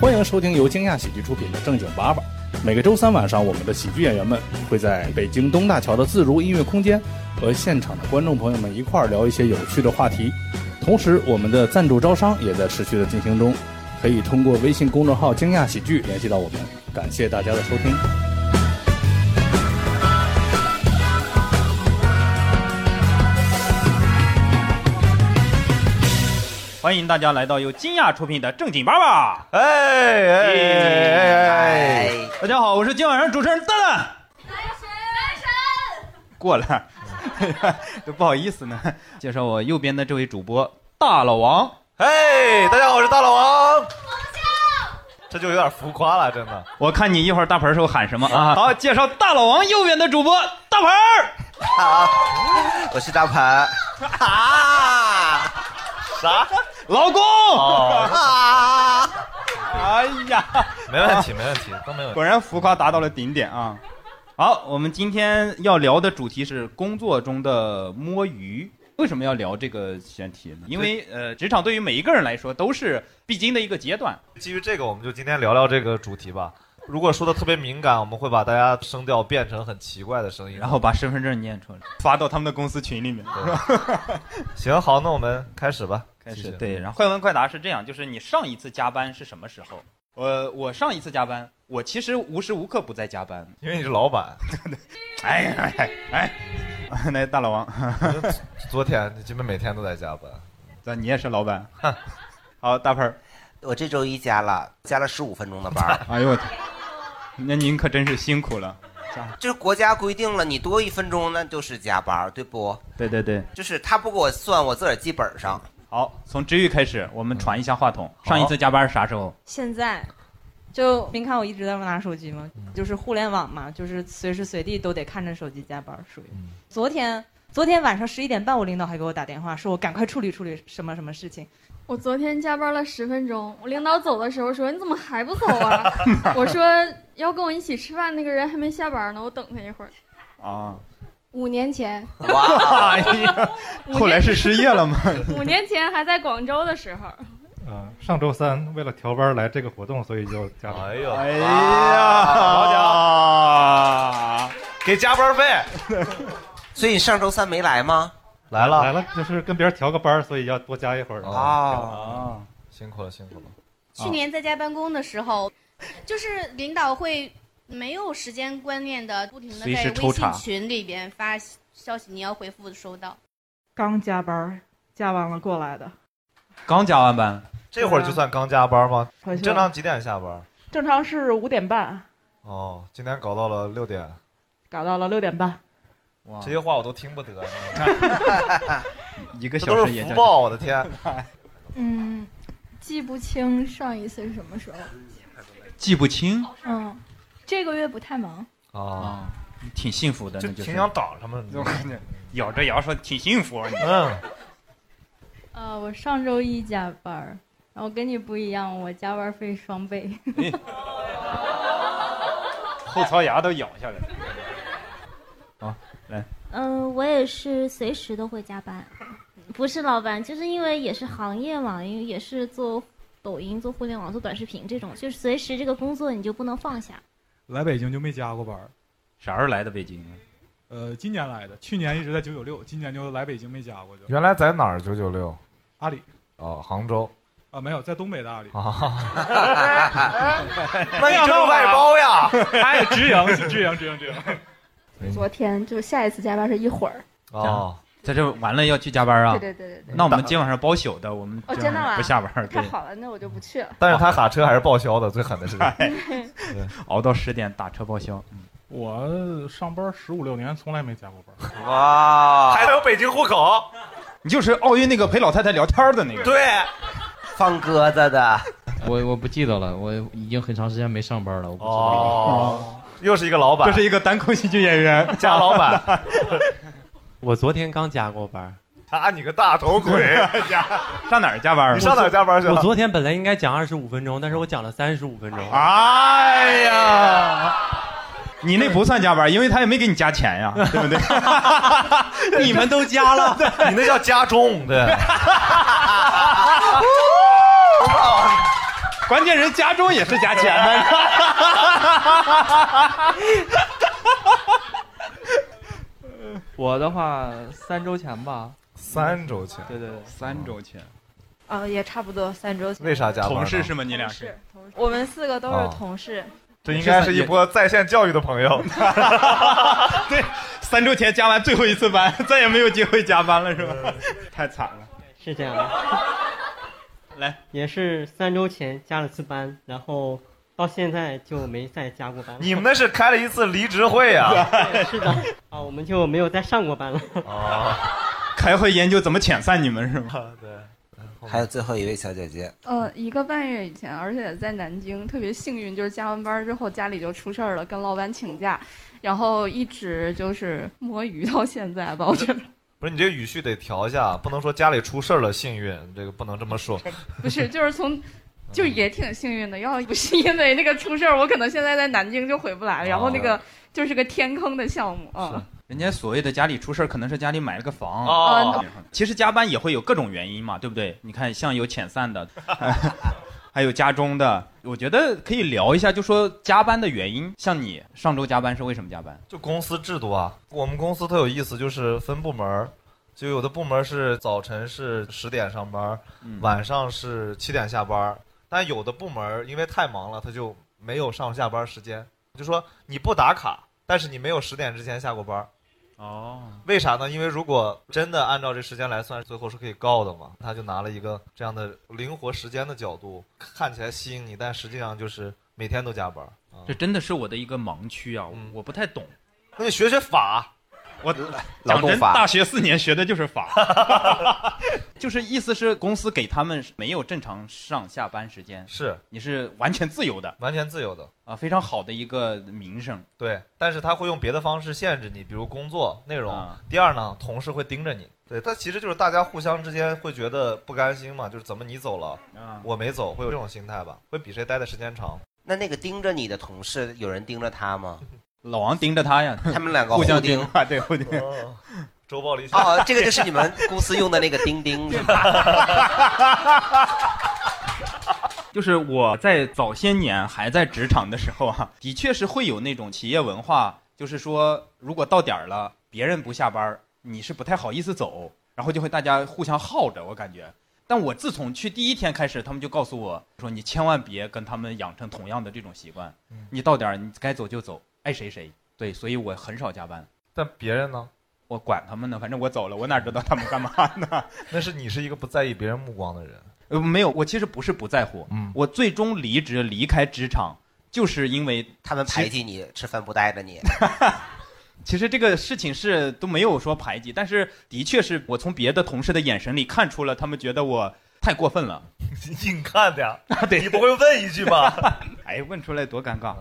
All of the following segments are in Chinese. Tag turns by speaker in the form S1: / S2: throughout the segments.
S1: 欢迎收听由惊讶喜剧出品的《正经八百》。每个周三晚上，我们的喜剧演员们会在北京东大桥的自如音乐空间和现场的观众朋友们一块儿聊一些有趣的话题。同时，我们的赞助招商也在持续的进行中，可以通过微信公众号“惊讶喜剧”联系到我们。感谢大家的收听。
S2: 欢迎大家来到由惊讶出品的正经爸爸。
S3: 哎哎哎哎！
S2: 大家好，我是今晚上主持人蛋蛋。过来， 都不好意思呢。介绍我右边的这位主播大老王。
S3: 哎，大家好，我是大老王。这就有点浮夸了，真的。
S2: 我看你一会儿大盆儿时候喊什么啊？好，介绍大老王右边的主播大盆儿。
S4: 好，我是大盘。
S3: 啊？啥？
S2: 老公。
S4: 哦
S2: 啊！哎呀，
S3: 没问题，没问题，都没问题。
S2: 果然浮夸达到了顶点啊！好，我们今天要聊的主题是工作中的摸鱼。为什么要聊这个选题呢？因为呃，职场对于每一个人来说都是必经的一个阶段。
S3: 基于这个，我们就今天聊聊这个主题吧。如果说的特别敏感，我们会把大家声调变成很奇怪的声音，
S2: 然后把身份证念出来，发到他们的公司群里面。
S3: 行，好，那我们开始吧。
S2: 开
S3: 继续
S2: 始对，然后快问快答是这样，就是你上一次加班是什么时候？呃，我上一次加班，我其实无时无刻不在加班。
S3: 因为你是老板。
S2: 哎呀 哎哎 哎，那大老王，
S3: 昨天你基本每天都在加班。
S2: 那你也是老板。好，大盆儿，
S4: 我这周一加了，加了十五分钟的班儿
S2: 。哎呦我天，那您可真是辛苦了。
S4: 就是国家规定了，你多一分钟那就是加班儿，对不？
S2: 对对对，
S4: 就是他不给我算，我自个儿记本儿上。
S2: 好，从知遇开始，我们传一下话筒。 上一次加班是啥时候？
S5: 现在，就您看我一直在拿手机吗？就是互联网嘛，就是随时随地都得看着手机加班，属于
S3: 嗯。
S5: 昨天昨天晚上十一点半，我领导还给我打电话，说我赶快处理处理什么什么事情。
S6: 我昨天加班了十分钟，我领导走的时候说：“你怎么还不走啊？” 我说：“要跟我一起吃饭那个人还没下班呢，我等他一会儿。
S2: 啊，”
S6: 五年前，
S4: 哇，
S2: 哎呀， 后来是失业了吗？
S6: 五年前还在广州的时候，
S7: 啊，上周三为了调班来这个活动，所以就加班。
S3: 哎呦，
S2: 哎呀，好家伙！
S3: 给加班费
S4: 所以你上周三没来吗？
S3: 来了，哦
S7: 来了，就是跟别人调个班儿，所以要多加一会儿。
S4: 啊，
S2: 啊，
S3: 辛苦了，辛苦了。
S8: 去年在家办公的时候，就是领导会没有时间观念的，不停的
S2: 随时
S8: 在
S2: 抽
S8: 微
S2: 查
S8: 信群里边发消息，你要回复收到。
S5: 刚加班，加完了过来的。
S2: 刚加完班，
S3: 这会儿就算刚加班吗？
S5: 好
S3: 你正常几点下班？
S5: 正常是五点半，
S3: 哦，今天搞到了六点，
S5: 搞到了六点半。
S2: 哇
S3: 这些话我都听不得，
S2: 一个
S3: 这
S2: 小
S3: 都
S2: 时
S3: 是
S2: 也
S3: 福
S2: 就
S3: 报，我的天！
S9: 嗯，记不清上一次是什么时候。
S2: 记不清
S9: 嗯，这个月不太忙。
S3: 啊，
S2: 啊，挺幸福的，
S3: 就
S2: 那就是
S3: 挺想挡他们。
S2: 咬着牙说挺幸福啊，你
S3: 嗯，
S9: 呃，我上周一加班儿，然后跟你不一样，我加班费双倍。
S2: 后槽牙都咬下 来了。
S10: 嗯，我也是随时都会加班， 不是老板，就是因为也是行业嘛，因为也是做抖音、做互联网、做短视频这种，就是随时这个工作你就不能放下。
S11: 来北京就没加过班儿，
S2: 啥时候来的北京啊？
S11: 呃，今年来的，去年一直在九九六，今年就来北京没加过就，
S3: 原来在哪儿九九六？
S11: 阿里
S3: 哦，杭州
S11: 啊没有，在东北的阿里，
S3: 啊，
S4: 那你挣外包 呀？
S2: 还
S11: 哎
S2: 有直营，
S11: 这样这样这样，
S9: 昨天就下一次加班是一会儿。
S3: 哦，
S2: 在这完了要去加班啊？
S9: 对对对对，
S2: 那我们今晚上包宿的，我们
S9: 哦
S2: 今晚上
S9: 真的吗
S2: 不下班，对，
S9: 好了，那我就不去了。
S3: 但是他打车还是报销的，最狠 的是这 个。
S2: 哎熬到十点打车报销。嗯
S11: 我上班十五六年从来没加 过班儿，
S4: 哇，
S3: 还有北京户口，
S2: 你就是奥运那个陪老太太聊天的那个，
S4: 对，放鸽子的，
S12: 我我不记得了，我已经很长时间没上班了，我不知道。
S3: 哦，又是一个老板，
S2: 这是一个单口喜剧演 员。
S3: 家老板，
S12: 我昨天刚加过班，
S3: 打你个大头鬼！
S2: 上哪儿加班？
S3: 你上哪儿加班去
S12: 我
S3: 了？
S12: 昨天本来应该讲二十五 分钟，但是我讲了三十五分钟。
S2: 哎呀，你那不算加班，因为他也没给你加钱 呀，对不对？
S12: 你们都加了，
S3: 你那叫家中，对，
S2: 关键人家中也是加钱的。
S13: 我的话，三周前吧。
S3: 三周前。
S13: 对对对，
S2: 三周前。
S14: 啊，也差不多三周前。
S3: 为啥加班呢
S2: 同事是吗？你俩
S14: 同事？同事我们四个都是
S3: 哦
S14: 同事。
S3: 这应该是一波在线教育的 朋友。
S2: 三周前加完最后一次班， 再也没有机会加班了，是吧？呃太惨了。
S15: 是这样的。
S2: 来，
S15: 也是三周前加了次班，然后到现在就没再加过班了。
S3: 你们 那是哦开了一次离职会 啊？
S15: 是的，啊，我们就没有再上过班了。
S3: 哦，
S2: 开会研究怎么遣散你们是吗？
S3: 对。
S4: 还 有最后一位小姐姐，
S16: 呃，一个半月以前，而且在南京特别幸运，就是加完班之后家里就出事儿了，跟老板请假，然后一直就是摸鱼到现在吧，我觉得
S3: 不是，你这语序得调一下，不能说家里出事儿了幸运，这个不能这么说。
S16: 不是，就是从。就也挺幸运的，要不是因为那个出事儿，我可能现在在南京就回不来了。然后那个就是个天坑的项目啊，
S2: 人家所谓的家里出事儿，可能是家里买了个房。
S15: 啊
S16: 哦，
S2: 其实加班也会有各种原因嘛，对不对？你看，像有遣散 的，还有家中的，我觉得可以聊一下，就说加班的原因。像你上周加班是为什么加班？
S3: 就公司制度啊，我们公司特有意思，就是分部门儿，就有的部门是早晨是十点上班，晚上是七点下班儿，但有的部门儿因为太忙了，他就没有上下班时间，就说你不打卡，但是你没有十点之前下过班儿。
S2: 哦，
S3: 为啥呢？因为如果真的按照这时间来算，最后是可以告的嘛。他就拿了一个这样的灵活时间的角度，看起来吸引你，但实际上就是每天都加班儿。嗯
S2: 这真的是我的一个盲区啊，我不太懂。
S3: 那你学学法，
S2: 我
S3: 劳
S2: 讲
S3: 动
S2: 真，
S3: 法
S2: 大学四年学的就是法，就是意思是公司给他们没有正常上下班时间，
S3: 是
S2: 你是完全自由的，
S3: 完全自由的
S2: 啊，非常好的一个名声。
S3: 对，但是他会用别的方式限制你，比如工作内容。
S2: 啊
S3: 第二呢，同事会盯着你。对，他其实就是大家互相之间会觉得不甘心嘛，就是怎么你走了，
S2: 啊
S3: 我没走，会有这种心态吧？会比谁待的时间长。
S4: 那那个盯着你的同事，有人盯着他吗？
S2: 老王盯着他呀，
S4: 他们两个
S2: 互相
S4: 盯
S2: 盯啊，对，互盯。
S3: 周报里
S4: 哦，这个就是你们公司用的那个钉 钉是吧？
S3: 哎
S2: 就是我在早些年还在职场的时候啊， 的确是会有那种企业文化，就是说如果到点儿了，别人不下班儿，你是不太好意思走，然后就会大家互相耗着，我感觉。但我自从去第一天开始，他们就告诉我说，你千万别跟他们养成同样的这种习惯，
S3: 嗯
S2: 你到点儿你该走就走，爱谁谁。对，所以我很少加班。
S3: 但别人呢？
S2: 我管他们呢，反正我走了，我哪知道他们干嘛呢？
S3: 那是你是一个不在意别人目光的人。
S2: 呃，没有，我其实不是不在乎，
S3: 嗯
S2: 我最终离职离开职场，就是因为
S4: 他们排挤你，吃饭不带 着你。
S2: 其实这个事情是都没有说排挤，但是的确是我从别的同事的眼神里看出了，他们觉得我太过分了。
S3: 硬看的呀， 你不会问一句吧？ 嗯
S2: 哎，问出来多尴尬。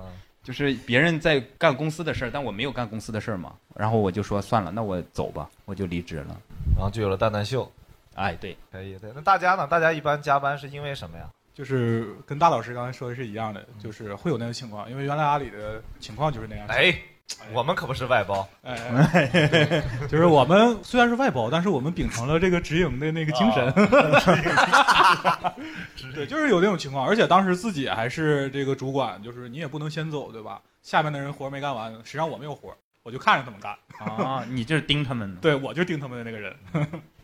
S2: 就是别人在干公司的事儿，但我没有干公司的事儿嘛。然后我就说算了，那我走吧，我就离职了。
S3: 然后就有了蛋蛋秀。
S2: 哎，对，
S3: 可以。对，那大家呢？ 大家一般加班是因为什么呀？
S11: 就是跟大老师刚才说的是一样的，就是会有那种情况，因为原来阿里的情况就是那样。
S3: 哎，我们可不是外包。
S11: 哎，对 就是我们虽然是外包，但是我们秉承了这个直营的那个精神。
S2: 啊
S11: 对，就是有这种情况，而且当时自己还是这个主管，就是你也不能先走，对吧？下面的人活儿没干完，实际上我没有活儿，我就看着他们干。
S2: 啊，你就是盯他们呢？
S11: 对，我就盯他们的那个 人。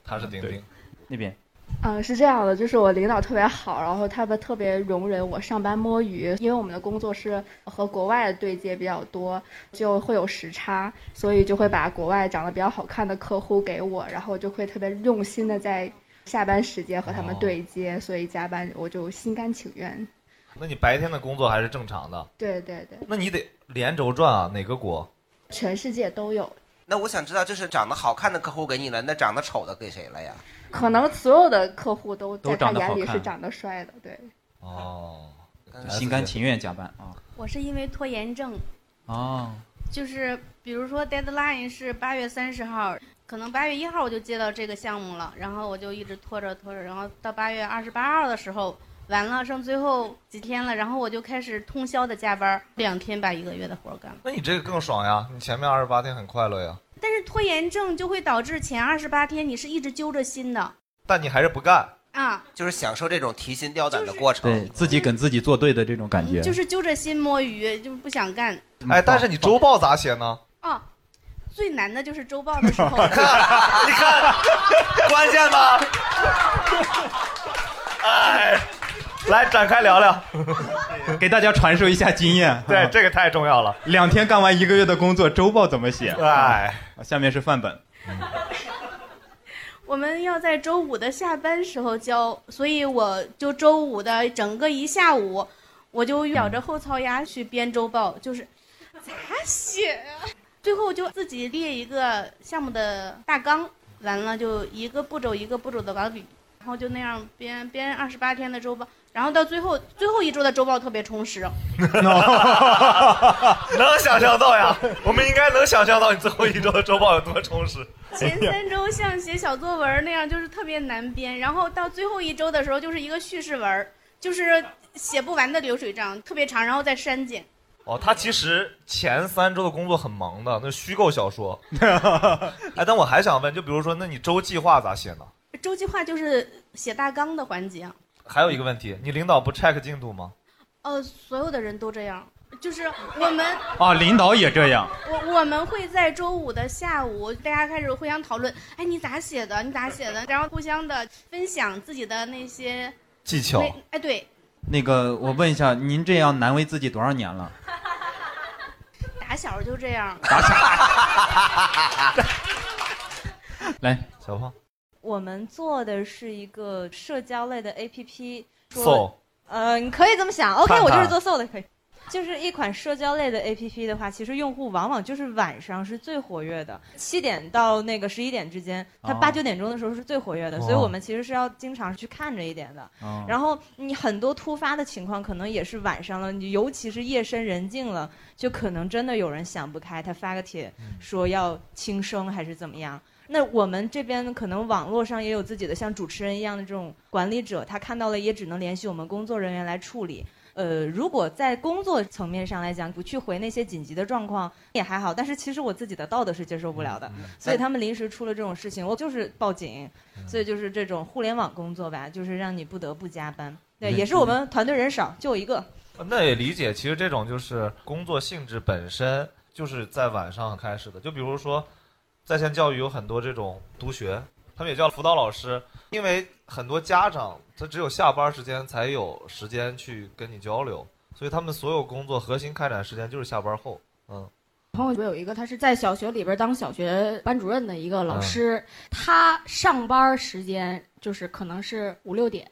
S3: 他是钉钉。
S2: 那边
S9: 嗯，是这样的，就是我领导特别好，然后他们特别容忍我上班摸鱼，因为我们的工作是和国外对接比较多，就会有时差，所以就会把国外长得比较好看的客户给我，然后就会特别用心的在下班时间和他
S4: 哦
S9: 们对接，所以加班我就心甘情愿。
S3: 那你白天的工作还是正常的？
S9: 对对对，
S3: 那你得连轴转啊，哪个国？
S9: 全世界都有，
S4: 那我想知道，就是长得好看的客户给你了，那长得丑的给谁了呀？
S9: 可能所有的客户都
S4: 都
S9: 在他
S4: 长得好
S9: 眼里是
S4: 看
S9: 长得帅的，对。
S3: 哦，
S2: 心甘情愿加班啊
S8: 我是因为拖延症，
S2: 啊！
S8: 就是比如说 deadline 是八月三十号，可能八月一号我就接到这个项目了，然后我就一直拖着拖着，然后到八月二十八号的时候完了，剩最后几天了，然后我就开始通宵的加班，两天把一个月的活儿干了。
S3: 那你这个更爽呀！你前面二十八天很快乐呀，
S8: 但是拖延症就会导致前二十八天你是一直揪着心的，
S3: 但你还是不干。
S8: 啊，
S4: 就是享受这种提心吊胆的过程。
S2: 对自己跟自己作对的这种感觉。
S8: 就是揪着心摸鱼，就是不想干。
S2: 嗯
S3: 哎，但是你周报咋写呢？
S8: 哦，最难的就是周报的时 候，
S3: 你看，关键吧。哎，来展开聊聊，
S2: 给大家传授一下经验。
S3: 对，这个太重要了。
S2: 两天干完一个月的工作，周报怎么写？啊
S3: 哎，
S2: 下面是范本。
S8: 我们要在周五的下班时候交，所以我就周五的整个一下午，我就咬着后槽牙去编周报，就是 咋写呀、最后就自己列一个项目的大纲，完了就一个步骤一个步骤的往里，然后就那样编编二十八天的周报，然后到最后最后一周的周报特别充实。哦
S3: 能想象到呀？我们应该能想象到你最后一周的周报有多充实。
S2: 哎
S8: 前三周像写小作文那样，就是特别难编，然后到最后一周的时候，就是一个叙事文，就是写不完的流水账，特别长，然后再删减。
S3: 哦，他其实前三周的工作很忙的，那是虚构小说。 哎，但我还想问，就比如说，那你周计划咋写呢？
S8: 周计划就是写大纲的环节，啊
S3: 还有一个问题，你领导不 check 进度吗？
S8: 呃，所有的人都这样，就是我们
S2: 啊，领导也这样。
S8: 我我们会在周五的下午，大家开始互相讨论，哎，你咋写的？你咋写的？然后互相的分享自己的那些
S2: 技巧
S8: 那哎，对，
S2: 那个，我问一下，您这样难为自己多少年了？
S8: 打小就这样。
S2: 来，
S3: 小胖，
S5: 我们做的是一个社交类的 APP，说
S3: 搜
S5: 呃，你可以这么想，OK，
S3: 看看
S5: 我就是做 SO 的，可以。就是一款社交类的 APP 的话，其实用户往往就是晚上是最活跃的，七点到那个十一点之间，它
S17: 哦
S5: 八九点钟的时候是最活跃的，
S17: 哦
S5: 所以我们其实是要经常去看着一点的。
S8: 嗯
S17: 哦
S5: 然后你很多突发的情况，可能也是晚上了，你尤其是夜深人静了，就可能真的有人想不开，他发个帖说要轻生还是怎么样。那我们这边可能网络上也有自己的像主持人一样的这种管理者，他看到了也只能联系我们工作人员来处理。呃，如果在工作层面上来讲，不去回那些紧急的状况也还好，但是其实我自己的道德是接受不了的，所以他们临时出了这种事情，我就是报警，所以就是这种互联网工作吧，就是让你不得不加班。对，
S3: 嗯
S5: 也是我们团队人少，就我一个。
S3: 呃那也理解，其实这种就是工作性质本身就是在晚上开始的。就比如说，在线教育有很多这种督学，他们也叫辅导老师，因为很多家长他只有下班时间才有时间去跟你交流，所以他们所有工作核心开展时间就是下班后。嗯，
S18: 朋友里边有一个，他是在小学里边当小学班主任的一个老
S3: 嗯
S18: 师，他上班时间就是可能是五六点，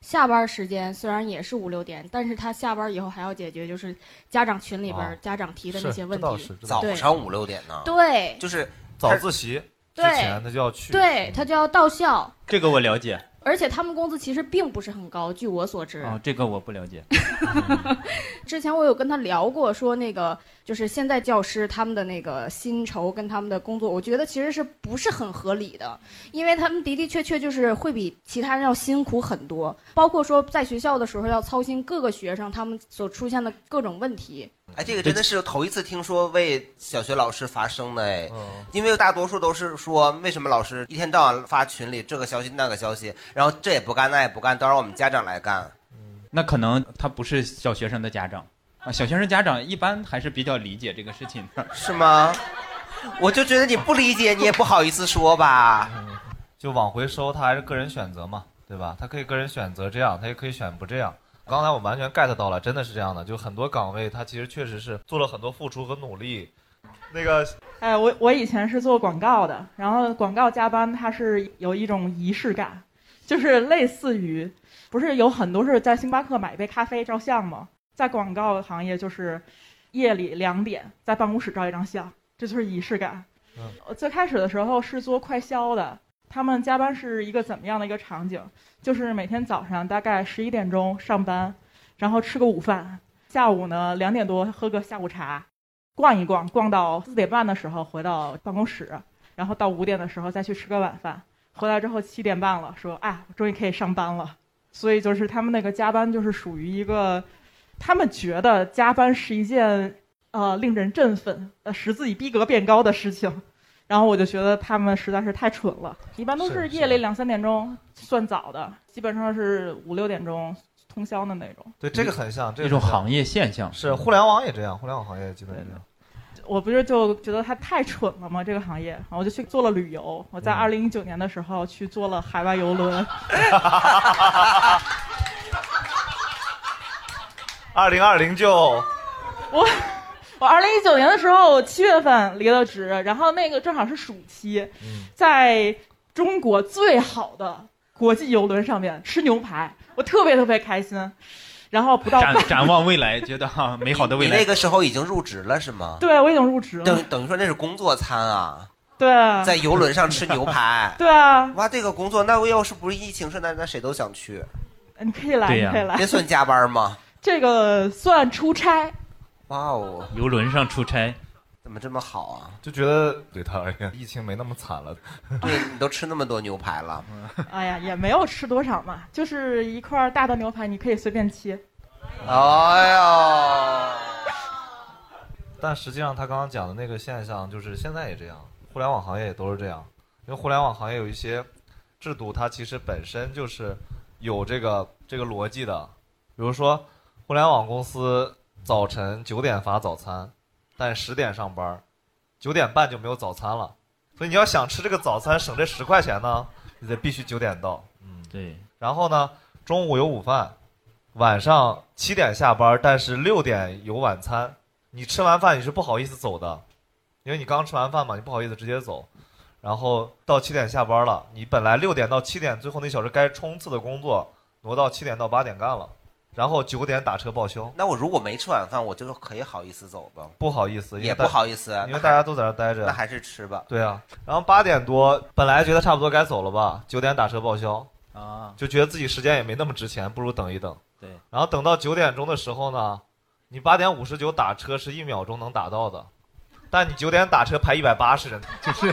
S18: 下班时间虽然也是五六点，但是他下班以后还要解决就是家长群里
S4: 哦
S18: 边家长提的那
S3: 是
S18: 些
S3: 这
S18: 问
S3: 倒
S18: 题
S3: 是，这倒
S4: 早
S18: 对
S4: 上五六点呢？
S18: 对
S4: 就是
S3: 早自习
S18: 之前对
S3: 他就要去。
S18: 对他就要到校，
S2: 这个我了解
S18: 而且他们工资其实并不是很高，据我所
S3: 哦
S18: 知，
S2: 啊，这个我不了解。
S18: 之前我有跟他聊过，说那个就是现在教师他们的那个薪酬跟他们的工作，我觉得其实是不是很合理的，因为他们的的确确就是会比其他人要辛苦很多，包括说在学校的时候要操心各个学生他们所出现的各种问题。
S4: 哎，这个真的是头一次听说为小学老师发声的哎，
S2: 嗯
S4: 因为大多数都是说为什么老师一天到晚发群里这个消息那个消息，然后这也不干那也不干，都让我们家长来干。
S2: 那可能他不是小学生的家长啊，小学生家长一般还是比较理解这个事情的。
S4: 是吗？我就 觉得你不理解，你也不好意思说吧。
S3: 就往回收，他还是个人选择嘛，对吧？他可以个人选择这样，他也可以选不这样。刚才我完全 get 到了，真的是这样的，就很多岗位他其实确实是做了很多付出和努力。那个
S17: 哎，我我以前是做广告的，然后广告加班它是有一种仪式感，就是类似于，不是有很多是在星巴克买一杯咖啡照相吗？在广告行业就是夜里两点在办公室照一张相，这就是仪式感。
S3: 嗯
S17: 我最开始的时候是做快销的，他们加班是一个怎么样的一个场景？就是每天早上大概十一点钟上班，然后吃个午饭，下午呢两点多喝个下午茶，逛一逛，逛到四点半的时候回到办公室，然后到五点的时候再去吃个晚饭，回来之后七点半了，说啊，我终于可以上班了。所以就是他们那个加班就是属于一个，他们觉得加班是一件呃令人振奋、呃使自己逼格变高的事情。然后我就觉得他们实在是太蠢了，一般都
S16: 是
S17: 是
S16: 是
S17: 夜里两三点钟算早的，基本上是五六点钟通宵的那种。
S3: 对，这个很像，
S2: 一
S3: 这个
S2: 种
S3: 很像
S2: 行业现象嗯
S3: 是互联网也这样，互联网行业基本上这样。
S17: 我不是就觉得它太蠢了吗？这个行业，然后我就去做了旅游。我
S3: 嗯
S17: 在二零一九年的时候去做了海外游 轮，
S3: 二零二零就
S17: 我我二零一九年的时候七月份离了职，然后那个正好是暑期，
S3: 嗯
S17: 在中国最好的国际游轮上面吃牛排，我特别特别开心。然后不到
S2: 展
S17: 半，
S2: 展望未来，觉得哈美好的未
S4: 你
S2: 来。
S4: 那个时候已经入职了是吗？
S17: 对我已经入职了
S4: 等，等于说那是工作餐啊，
S17: 对，。
S4: 在游轮上吃牛 排
S17: 对啊，
S4: 哇，这个工作，那要是不是疫情是那那谁都想去。
S17: 嗯你可以来，你可以来，
S4: 这 算加班吗？
S17: 这个算出差，
S4: 哇哦，
S2: 游轮上出差，
S4: 怎么这么好啊？嗯
S3: 就觉得对他而言，疫情没那么惨了。
S4: 对你都吃那么多牛排了，
S17: 哎呀，也没有吃多少嘛，就是一块大的牛排，你可以随便切。
S4: 哎呦！
S3: 但实际上，他刚刚讲的那个现象，就是现在也这样，互联网行业也都是这样。因为互联网行业有一些制度，它其实本身就是有这个这个逻辑的。比如说，互联网公司早晨九点发早餐，但十点上班，九点半就没有早餐了。所以你要想吃这个早餐，省这十块钱呢，你得必须九点到。 嗯，
S2: 对。
S3: 然后呢，中午有午饭，晚上七点下班，但是六点有晚餐。你吃完饭你是不好意思走的，因为你刚吃完饭嘛，你不好意思直接走。然后到七点下班了，你本来六点到七点最后那小时该冲刺的工作挪到七点到八点干了，然后九点打车报销。
S4: 那我如果没吃晚饭，我就可以好意思走吧？
S3: 不好意思，因为
S4: 也
S3: 大
S4: 不好意思啊，
S3: 因为大家都在那儿待着。
S4: 那还是吃吧。
S3: 对啊，然后八点多本来觉得差不多该走了吧，九点打车报销，
S2: 啊，
S3: 就觉得自己时间也没那么值钱，不如等一等。
S2: 对，
S3: 然后等到九点钟的时候呢，你八点五十九打车是一秒钟能打到的，但你九点打车排一百八十人，
S2: 就是，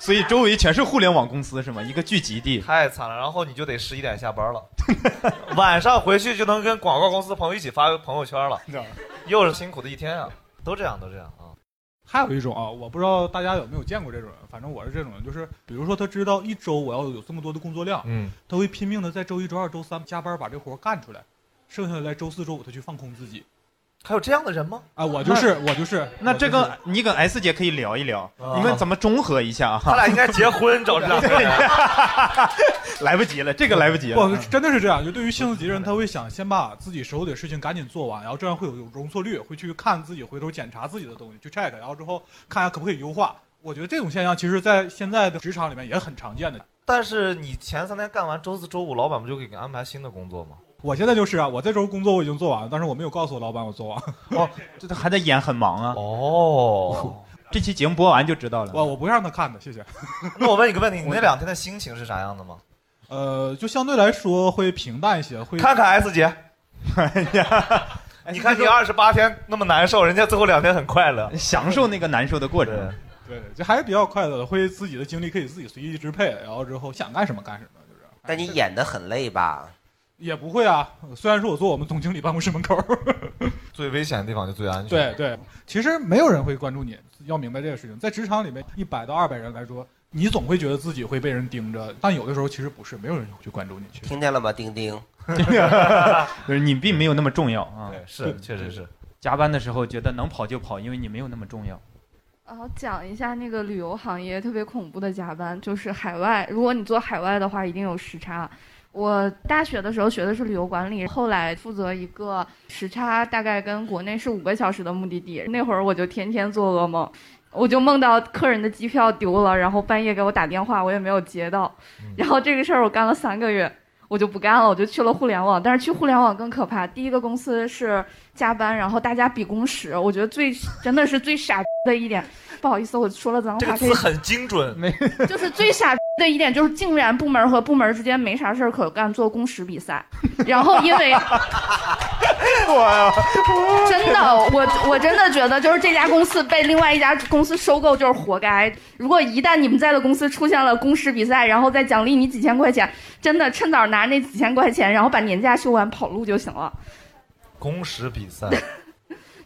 S2: 所以周围全是互联网公司是吗？一个聚集地。
S3: 太惨了。然后你就得十一点下班了， 晚上回去就能跟广告公司的朋友一起发朋友圈了，又是辛苦的一天啊，都这样，都这样啊。
S11: 还有一种啊，我不知道大家有没有见过这种人，反正我是这种人，就是比如说他知道一周我要有这么多的工作量，
S3: 嗯，
S11: 他会拼命的在周一、周二、周三加班把这活干出来，剩下的来周四周五他去放空自己。
S3: 还有这样的人吗？
S11: 啊，我就是我就是。
S2: 那这个你跟 S 姐可以聊一聊，你们怎么中和一下啊？
S3: 啊他俩应该结婚，找这 两个人。
S2: 来不及了，这个来不及
S11: 不嗯
S2: 了。，
S11: 真的是这样。就对于性子急的人，他会想先把自己手里的事情赶紧做完，然后这样会有容错率，会去看自己，回头检查自己的东西，去 check，然后之后看看可不可以优化。我觉得这种现象其实，在现在的职场里面也很常见的。
S3: 但是你前三天干完，周四周五老板不就给你安排新的工作吗？
S11: 我现在就是啊，我这周工作我已经做完了，但是我没有告诉我老板我做 完。
S2: 哦，这他还在演很忙啊。
S3: 哦，
S2: 这期节目播完就知道了。
S11: 我我不让他看的，谢谢。
S3: 那我问
S11: 哦
S3: 你个问题，你那两天的心情是啥样的吗？
S11: 呃，就相对来说会平淡一些，会
S3: 看看 S 姐，哎你看你二十八天那么难受，人家最后两天很快乐，
S2: 享受那个难受的过程。
S11: 对，就还是比较快乐的，会自己的精力可以自己随意支配，然后之后想干什么干什么，
S4: 但你演的很累吧？
S11: 也不会啊。虽然说我坐我们总经理办公室门口，
S3: 最危险的地方就最安全。
S11: 对对，其实没有人会关注你，要明白这个事情。在职场里面，一百到二百人来说，你总会觉得自己会被人盯着，但有的时候其实不是，没有人去 关注你。
S4: 听见了吗，丁 丁？
S2: 就是你并没有那么重要啊。
S3: 对
S16: 是
S3: 确实是。
S2: 加班的时候觉得能跑就跑，因为你没有那么重要。
S16: 然后讲一下那个旅游行业特别恐怖的加班，就是海外。如果你做海外的话，一定有时差。我大学的时候学的是旅游管理，后来负责一个时差大概跟国内是五个小时的目的地。那会儿我就天天做噩梦，我就梦到客人的机票丢了，然后半夜给我打电话，我也没有接到。
S3: 嗯
S16: 然后这个事儿我干了三个月，我就不干了，我就去了互联网。但是去互联网更可怕，第一个公司是加班，然后大家比工时，我觉得最真的是最傻的一点。不好意思，我说了脏
S3: 这
S16: 话，
S3: 个
S16: 可以
S3: 词很精准，
S2: 没
S16: 就是最傻的一点，就是竟然部门和部门之间没啥事儿可干，做工时比赛。然后因为
S2: 我
S16: 真的，我我真的觉得，就是这家公司被另外一家公司收购就是活该。如果一旦你们在的公司出现了工时比赛，然后再奖励你几千块钱，真的趁早拿那几千块钱，然后把年假休完跑路就行了。
S3: 工时比赛，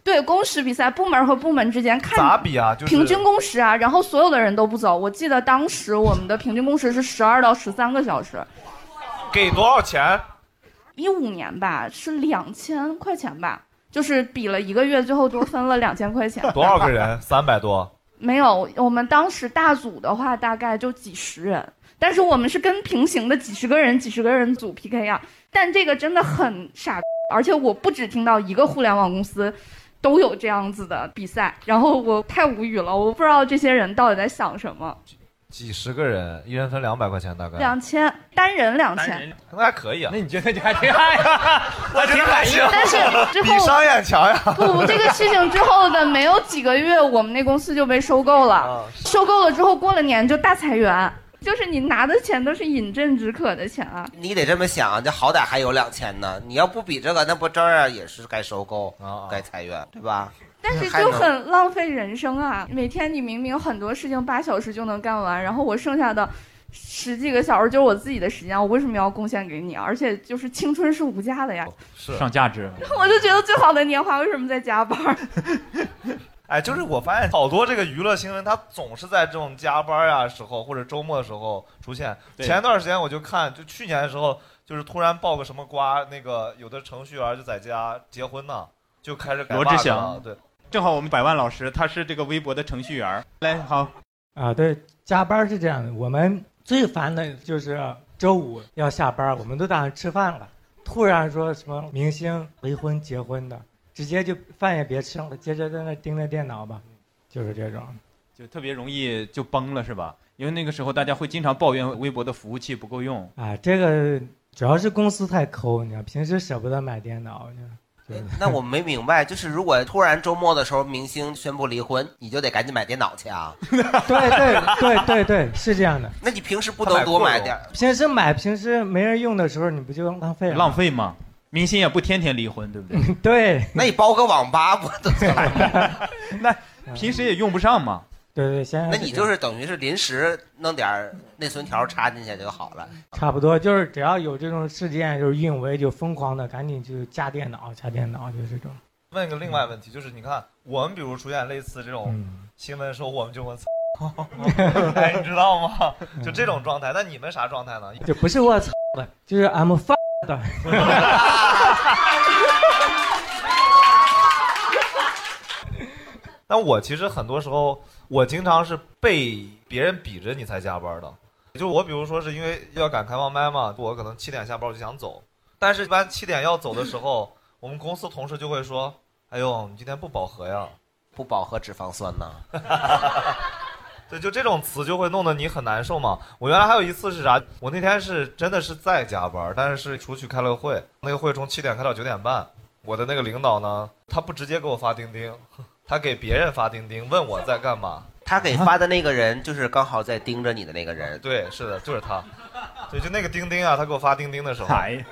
S16: 对工时比赛，部门和部门之间 看
S3: 咋比啊？就是
S16: 平均工时啊，然后所有的人都不走。我记得当时我们的平均工时是十二到十三个小时，
S3: 给多少钱？
S16: 一五年吧，是两千块钱吧，就是比了一个月，最后多分了两千块钱。
S3: 多少个？人？三百多。
S16: 没有，我们当时大组的话大概就几十人，但是我们是跟平行的几十个人、几十个人组 PK 啊。但这个真的很傻，而且我不只听到一个互联网公司都有这样子的比赛，然后我太无语了，我不知道这些人到底在想什么。
S3: 几十个人，一人分两百块钱，大概。
S16: 两千单人两千，
S3: 那还可以啊。那你觉得你还
S2: 挺爱呀？
S3: 我挺满意的，
S16: 但是之后
S3: 比商演强呀。
S16: 不，这个事情之后的没有几个月，我们那公司就被收购了。收购了之后，过了年就大裁员，就是你拿的钱都是饮鸩止渴的钱啊。
S4: 你得这么想，这好歹还有两千呢。你要不比这个，那不照样也是该收购、
S3: 啊
S4: 该裁员，对吧？
S16: 但是
S4: 还
S16: 就
S4: 能
S16: 很浪费人生啊！每天你明明有很多事情八小时就能干完，然后我剩下的十几个小时就是我自己的时间，我为什么要贡献给你啊？而且就是青春是无价的呀，
S3: 是
S2: 上价值。
S16: 我就觉得最好的年华为什么在加班儿？
S3: 哎，就是我发现好多这个娱乐新闻，它总是在这种加班呀、时候或者周末的时候出现。
S2: 对
S3: 前段时间我就看，就去年的时候，就是突然爆个什么瓜，那个有的程序员就在家结婚呢，就开始改
S2: 罗
S3: bug
S2: 志
S3: 了
S2: 祥，
S3: 对，
S2: 正好我们百万老师他是这个微博的程序员儿，来好，
S19: 啊，对，加班是这样的，我们最烦的就是周五要下班，我们都打算吃饭了，突然说什么明星离婚结婚的，直接就饭也别吃了，接着在那盯着电脑吧，就是这种。
S2: 就特别容易就崩了是吧？因为那个时候大家会经常抱怨微博的服务器不够用，
S19: 啊，这个主要是公司太抠，你知道，平时舍不得买电脑。就是
S4: 哎那我没明白，就是如果突然周末的时候明星宣布离婚，你就得赶紧买电脑去啊？
S19: 对对对对对，是这样的。
S4: 那你平时不能多买点儿？
S19: 平时买，平时没人用的时候，你不就浪费了？
S2: 浪费嘛。明星也不天天离婚，对不 对？
S19: 对，
S4: 那你包个网吧不都？
S2: 平时也用不上嘛。
S19: 对对，现在
S4: 那你就是等于是临时弄点儿内存条插进去就好了。
S19: 差不多，就是只要有这种事件，就是运维就疯狂的赶紧就加电脑，加电脑，就是这种。
S3: 问个另外问题，就是你看我们比如出现类似这种
S19: 嗯
S3: 新闻的时候，我们就问， 哎，你知道吗？就这种状态。那你们啥状态呢？
S19: 就不是我操的，就是 I'm f 的。
S3: 那我其实很多时候，我经常是被别人比着你才加班的。就我比如说是因为要赶开放麦嘛，我可能七点下班我就想走，但是一般七点要走的时候，我们公司同事就会说：“哎呦，你今天不饱和呀？
S4: 不饱和脂肪酸呐。
S3: 对，就这种词就会弄得你很难受嘛。我原来还有一次是啥？我那天是真的是在加班，但是是出去开了个会，那个会从七点开到九点半。我的那个领导呢，他不直接给我发钉 钉，他给别人发钉钉，问我在干嘛。
S4: 他给发的那个人就是刚好在盯着你的那个
S2: 啊
S4: 人。
S3: 对，是的，就是他。对，就那个钉钉啊，他给我发钉钉的时候，
S2: 哎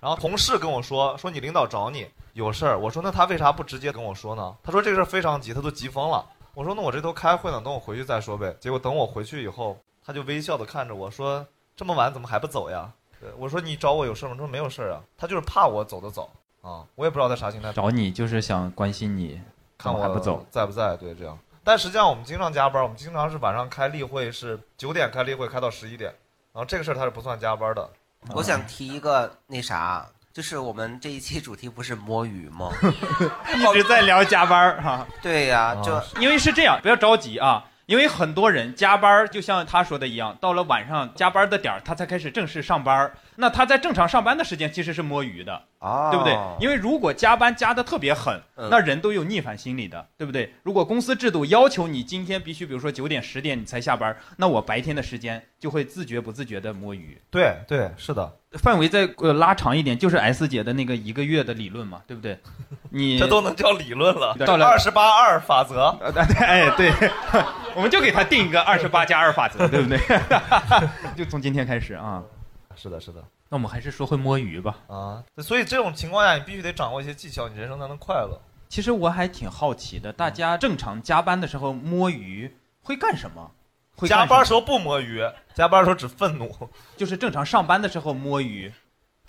S3: 然后同事跟我说，说你领导找你有事儿。我说那他为啥不直接跟我说呢？他说这个事儿非常急，他都急疯了。我说那我这都开会呢，等我回去再说呗。结果等我回去以后，他就微笑的看着我说，这么晚怎么还不走呀？对我说你找我有事儿吗？他说没有事儿啊，他就是怕我走的早啊。我也不知道他啥心态，
S2: 找你就是想关心你，怎
S3: 看
S2: 么还
S3: 我
S2: 不走，
S3: 在不在？对，这样。但实际上我们经常加班，我们经常是晚上开例会，是九点开例会，开到十一点，然后这个事儿他是不算加班的。
S4: 我想提一个那啥，就是我们这一期主题不是摸鱼吗？
S2: 一直在聊加班儿哈。
S4: 对呀、就
S2: 因为是这样，不要着急啊。因为很多人加班儿，就像他说的一样，到了晚上加班的点儿，他才开始正式上班儿。那他在正常上班的时间其实是摸鱼的，
S4: 啊
S2: 对不对？因为如果加班加的特别狠，那人都有逆反心理的，对不对？如果公司制度要求你今天必须，比如说九点、十点你才下班儿，那我白天的时间就会自觉不自觉的摸鱼。
S3: 对对，是的，
S2: 范围再呃拉长一点，就是 S 姐的那个一个月的理论嘛，对不对？你
S3: 这都能叫理论了。
S2: 到了
S3: 二十八二法则，
S2: 哎对， 我们就给他定一个二十八加二法则，对不对？ 就从今天开始啊。
S3: 是的，是的。
S2: 那我们还是说会摸鱼吧。
S3: 啊，所以这种情况下，你必须得掌握一些技巧，你人生才能快乐。
S2: 其实我还挺好奇的，大家正常加班的时候摸鱼会干什么？会
S3: 加班时
S2: 候
S3: 候不摸鱼，加班时候只愤怒，
S2: 就是正常上班的时候摸鱼。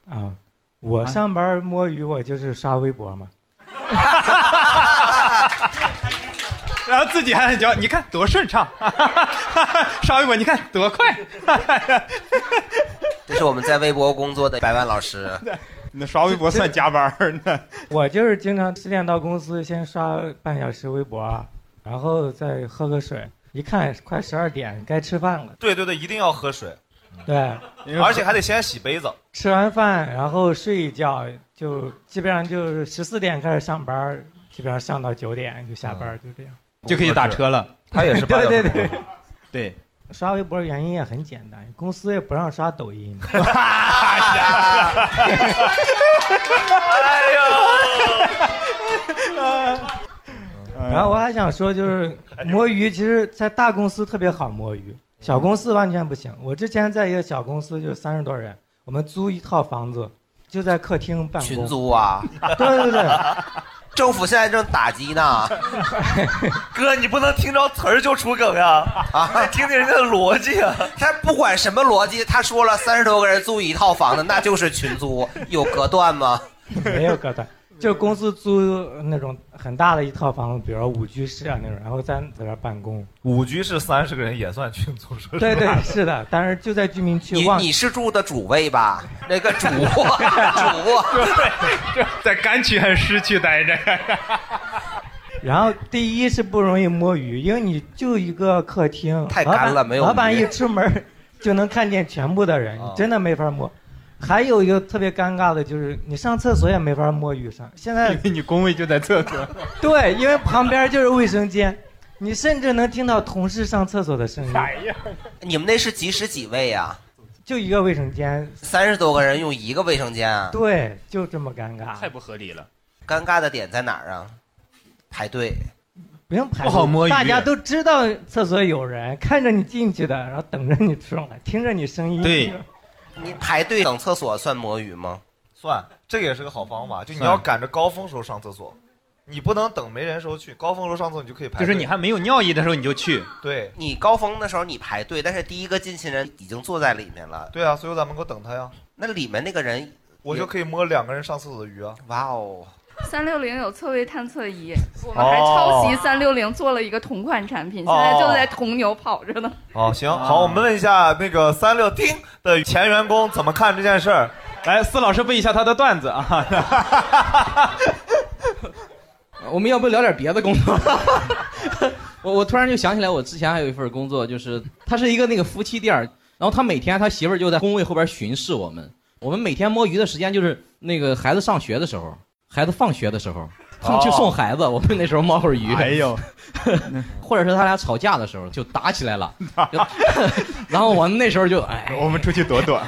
S19: 啊，我上班摸鱼，我就是刷微博嘛。
S2: 然后自己还很骄傲，你看多顺畅， 烧一波，你看多快。
S4: 这是我们在微博工作的百万老师。
S2: 那刷微博算加 班儿呢？
S19: 我就是经常十点到公司，先刷半小时微博，然后再喝个水。一看快十二点，该吃饭了。
S3: 对对对，一定要喝水，
S19: 对，
S3: 而且还得先洗杯子。
S19: 吃完饭，然后睡一觉，就基本上就是十四点开始上班，基本上上到九点就下班，就这样。
S2: 就可以打车了。
S3: 嗯他也是八
S19: 对
S3: 小
S19: 对
S3: 时
S19: 对
S2: 对。
S19: 刷微博原因也很简单，公司也不让刷抖音。
S3: 哎
S19: 然后我还想说，就是摸鱼，其实，在大公司特别好摸鱼，小公司完全不行。我之前在一个小公司，就三十多人，我们租一套房子，就在客厅办公。！
S4: 群租啊
S19: 对对对，
S4: 政府现在正打击 呢。
S3: 哥，你不能听着词儿就出梗呀！
S4: 啊，
S3: 听听人家的逻辑啊！
S4: 他不管什么逻辑，他说了三十多个人租一套房子，那就是群 租，有隔断吗？
S19: 没有 隔断，就公司租那种很大的一套房子，比如说五居室啊那种，然后在在那儿办 公。
S3: 五居室三十个人也算群租，说
S19: 对对，是
S3: 的。
S19: 的，但是就在居民区
S4: 你
S19: 望。
S4: 你是住的主卫吧？那个主 卧，主卧。
S2: 在干区还是湿区待着？
S19: 然后第一是不容易摸鱼，因为你就一个客厅，
S4: 太
S19: 老板
S4: 干了没有
S19: 老板
S4: 鱼啊
S19: 一出门就能看见全部的人，你真的没法摸。还有一个特别尴尬的就是，你上厕所也没法摸鱼上。现 在
S2: 你工位就在厕所，
S19: 对，因为旁边就是卫生间，你甚至能听到同事上厕所的声音。
S4: 你们那是几室几卫呀、
S19: 就一个卫生间，
S4: 三十多个人用一个卫生间啊？，
S19: 对，就这么尴尬，
S4: 太
S2: 不合理了。
S4: 尴尬的点在哪儿啊？排队。
S19: 不用排
S4: 不好
S19: 队
S4: 摸鱼啊
S19: 大家都知道厕所有人看着你进去的，然后等着你出来，听着你声音。
S4: 对你排队等厕所算摸鱼吗？
S3: 算，这个也是个好方法，就你
S4: 算
S3: 要赶着高峰时候上厕所，你不能等没人时候去，高峰时候上厕所你就可以排
S2: 就
S3: 队。
S2: 是你还没有尿意的时候你就去。
S3: 对
S4: 你高峰的时候你排队，但是第一个进去人已经坐在里面了。
S3: 对啊，所以我在门口等他呀。
S4: 那里面那个人，
S3: 我就可以摸两个人上厕所的鱼啊。
S4: 哇哦！
S16: 三六零有错位探测仪，我们还抄袭三六零做了一个同款产品，现在正在铜牛跑着呢。
S3: 哦，行，好，我们问一下那个三六丁的前员工怎么看这件事儿。
S2: 来，司老师背一下他的段子啊。
S13: 我们要不聊点别的工作？ 我我突然就想起来，我之前还有一份工作，就是他是一个那个夫妻店儿然后他每天他媳妇儿就在工位后边巡视我们，我们每天摸鱼的时间就是那个孩子上学的时候，孩子放学的时候，他们去送孩子，我们那时候摸会儿鱼，
S2: 哦哎呦，
S13: 或者是他俩吵架的时候就打起来 了，就然后我们那时候就哎，
S2: 我们出去躲躲，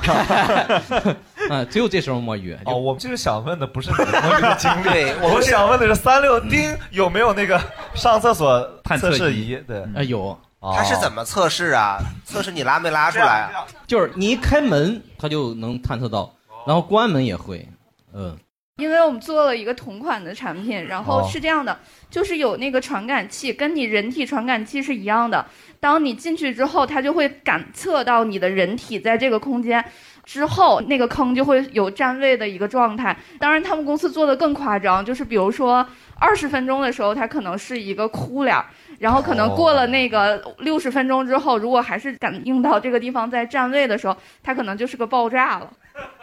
S13: 嗯， 只有这时候摸鱼。
S3: 哦，我们就是想问的不是你的摸鱼的经 历，
S4: 对我
S3: 我
S4: 们是
S3: 想问的是三六丁有没有那个上厕所
S13: 探测仪
S3: 试仪？哦对，
S13: 啊有，
S4: 他是怎么测试啊？测试你拉没拉出来啊？
S13: 就是你一开门，他就能探测到，然后关门也会，嗯，
S16: 因为我们做了一个同款的产品，然后
S13: 哦
S16: 是这样的，就是有那个传感器，跟你人体传感器是一样的。当你进去之后，它就会感测到你的人体在这个空间之后，那个坑就会有占位的一个状态。当然，他们公司做的更夸张，就是比如说二十分钟的时候，它可能是一个窟窿，然后可能过了那个六十分钟之后，如果还是感应到这个地方在占位的时候，它可能就是个爆炸了。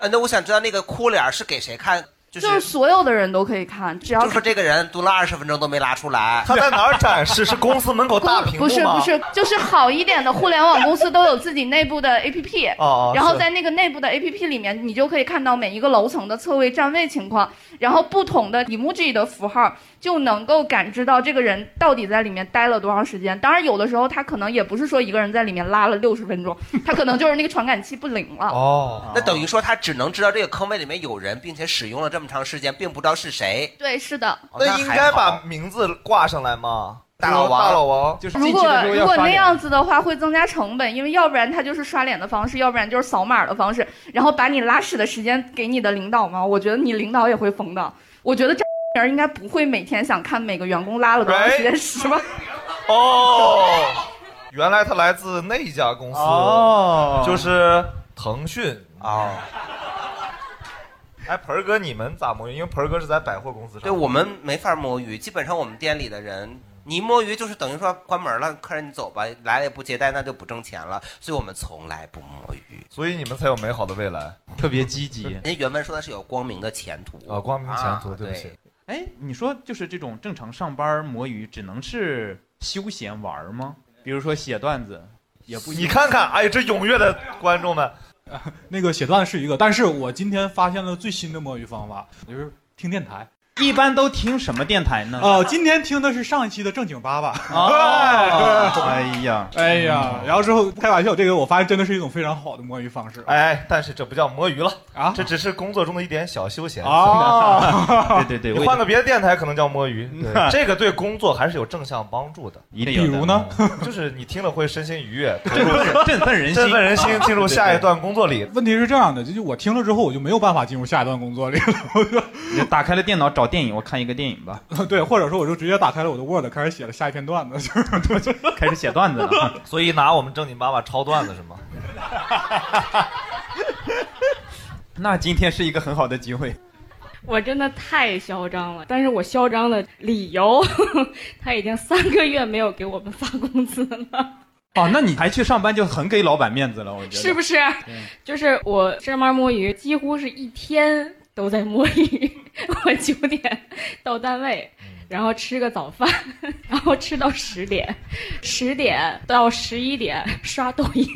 S4: 啊，那我想知道那个哭脸是给谁看？就是
S16: 就是所有的人都可以看，只要
S4: 就说这个人蹲了二十分钟都没拉出来，
S3: 他在哪儿展示？是公司门口大屏幕
S16: 不是
S3: 吗？
S16: 不是，就是好一点的互联网公司都有自己内部的 APP，
S3: 哦哦
S16: 然后
S3: 是
S16: 在那个内部的 APP 里面，你就可以看到每一个楼层的侧位站位情况，然后不同的 emoji 的符号就能够感知到这个人到底在里面待了多长时间。当然，有的时候他可能也不是说一个人在里面拉了六十分钟，他可能就是那个传感器不灵了。
S3: 哦
S4: 那等于说他只能知道这个坑位里面有人，并且使用了这么长时间，并不知道是谁。
S16: 对，是的。
S4: 那
S3: 那应该
S4: 还
S3: 把
S4: 好
S3: 名字挂上来吗？
S4: 大老王
S3: 大老王，
S2: 就是
S16: 如果如果那样子的话，会增加成本，因为要不然他就是刷脸的方式，要不然就是扫码的方式，然后把你拉屎的时间给你的领导嘛。我觉得你领导也会疯的。我觉得这 人应该不会每天想看每个员工拉了多长时间屎吧？
S3: 哦，原来他来自那一家公司，
S2: 哦
S3: 就是腾讯
S4: 哦。
S3: 哎，盆儿哥，你们咋摸鱼？因为盆儿哥是在百货公司上班。
S4: 对我们没法摸鱼，基本上我们店里的人你一摸鱼就是等于说关门了，客人你走吧，来了也不接待，那就不挣钱了。所以我们从来不摸鱼，
S3: 所以你们才有美好的未来，
S2: 特别积极
S4: 人家原文说的是有光明的前途
S3: 啊，光明前途，
S4: 啊
S3: 对不起
S4: 对。
S2: 哎，你说就是这种正常上班摸鱼，只能是休闲玩儿吗？比如说写段子，也不
S3: 你看看，哎，这踊跃的观众们，
S11: 那个写段是一个，但是我今天发现了最新的摸鱼方法，就是听电台。
S2: 一般都听什么电台呢？
S11: 呃，今天听的是上一期的正经八吧。
S2: 哦哎呀，
S11: 哎呀，然后之后开玩笑，这个我发现真的是一种非常好的摸鱼方式。
S3: 哎，但是这不叫摸鱼了
S11: 啊，
S3: 这只是工作中的一点小休闲
S11: 哦
S2: 对对对
S3: 你换个别的电台可能叫摸鱼，
S2: 嗯
S3: 对这个对工作还是有正向帮助的。
S2: 一定有的比如呢，
S3: 就是你听了会身心愉悦，
S2: 振奋振奋人心
S3: 振奋人心，进入下一段工作里。
S11: 问题是这样的，就我听了之后，我就没有办法进入下一段工作里了。
S2: 你就打开了电脑找电影，我看一个电影吧，
S11: 对，或者说我就直接打开了我的 Word，开始写了下一篇段子， 就是
S2: 开始写段子了。
S3: 所以拿我们正经八百抄段子是吗？
S2: 那今天是一个很好的机会。
S6: 我真的太嚣张了，但是我嚣张的理由， 他已经三个月没有给我们发工资了，
S2: 哦，那你还去上班就很给老板面子了，我觉得
S6: 是不？是？就是我上班摸鱼，几乎是一天都在摸鱼。我九点到单位，然后吃个早饭，然后吃到十点，十点到十一点刷抖音，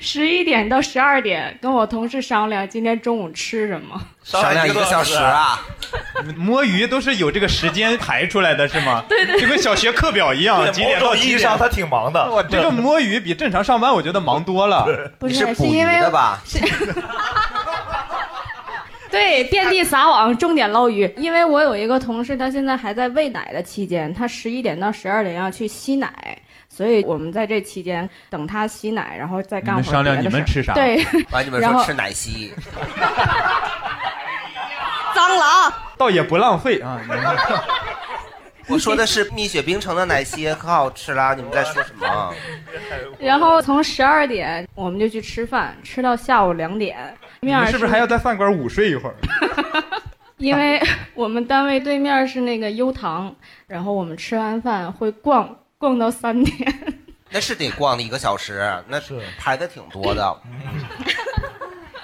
S6: 十一点到十二点跟我同事商量今天中午吃什么。
S4: 商量一个小时啊！
S2: 摸鱼都是有这个时间排出来的，是吗？
S6: 对对
S2: 就跟小学课表一样，
S3: 对
S2: 几点
S3: 某
S2: 到
S3: 种
S2: 几
S3: 意义
S2: 点
S3: 上他挺忙 的。
S2: 我这个摸鱼比正常上班，我觉得忙多了。
S6: 不是你是捕鱼的
S4: 吧？
S6: 对，遍地撒网，重点捞鱼。因为我有一个同事，他现在还在喂奶的期间，他十一点到十二点要去吸奶，所以我们在这期间等他吸奶，然后再
S2: 你
S6: 干活。
S2: 们商量你们吃啥？
S6: 对，
S4: 完你们
S6: 然
S4: 说
S6: 后
S4: 吃奶 昔，
S6: 蟑螂。
S2: 倒也不浪费 啊。你们
S4: 我说的是蜜雪冰城的奶昔，可好吃啦！你们在说什么？
S6: 然后从十二点我们就去吃饭，吃到下午两点。
S2: 你
S6: 面儿
S2: 们是不是还要在饭馆午睡一会儿？
S6: 因为 我们单位对面是那个优唐，然后我们吃完饭会逛逛到三点。
S4: 那是得逛的一个小时，那是排的挺多的。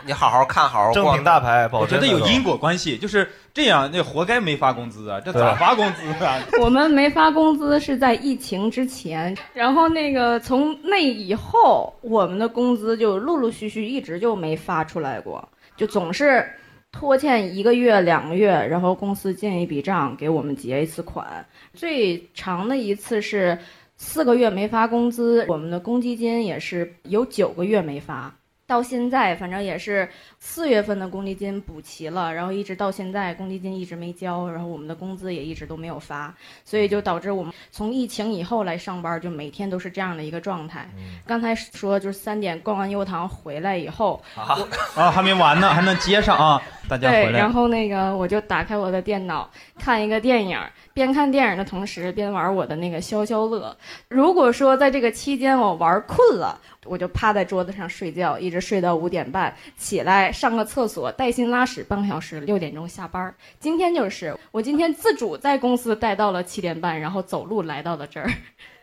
S4: 你好好看，好好逛。
S2: 正品大
S3: 牌
S2: 我觉得有因果关系，就是这样，那活该没发工资啊！这
S3: 对
S2: 咋发工资 啊？
S6: 我们没发工资是在疫情之前，然后那个从那以后，我们的工资就陆陆续续一直就没发出来过，就总是拖欠一个月、两个月，然后公司进一笔账给我们结一次款。最长的一次是四个月没发工资，我们的公积金也是有九个月没发。到现在，反正也是四月份的公积金补齐了，然后一直到现在公积金一直没交，然后我们的工资也一直都没有发，所以就导致我们从疫情以后来上班，就每天都是这样的一个状态。刚才说就是三点逛完悠唐回来以后，
S2: 啊 啊，还没完呢，还能接上啊！大家
S6: 对，
S2: 回来，
S6: 然后那个我就打开我的电脑看一个电影，边看电影的同时边玩我的那个消消乐。如果说在这个期间我玩困了，我就趴在桌子上睡觉，一直睡到五点半，起来上个厕所，带薪拉屎半个小时，六点钟下班。今天就是我今天自主在公司待到了七点半，然后走路来到了这儿。
S3: 嗯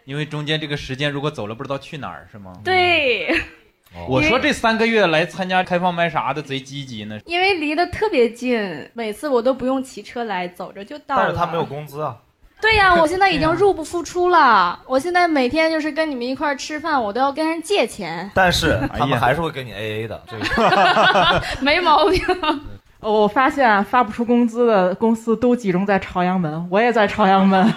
S2: 因为中间这个时间如果走了，不知道去哪儿是吗？
S6: 对，
S3: 哦
S2: 我说这三个月来参加开放麦啥的贼积极呢，
S6: 因为离得特别近，每次我都不用骑车来，走着就到了。
S3: 但是他 没有工资 啊。
S6: 对呀、我现在已经入不敷出了。我现在每天就是跟你们一块儿吃饭，我都要跟人借钱，
S3: 但是他们还是会给你 A A 的，这个
S6: 没毛病。
S17: 我发现啊发不出工资的公司都集中在朝阳门，我也在朝阳门。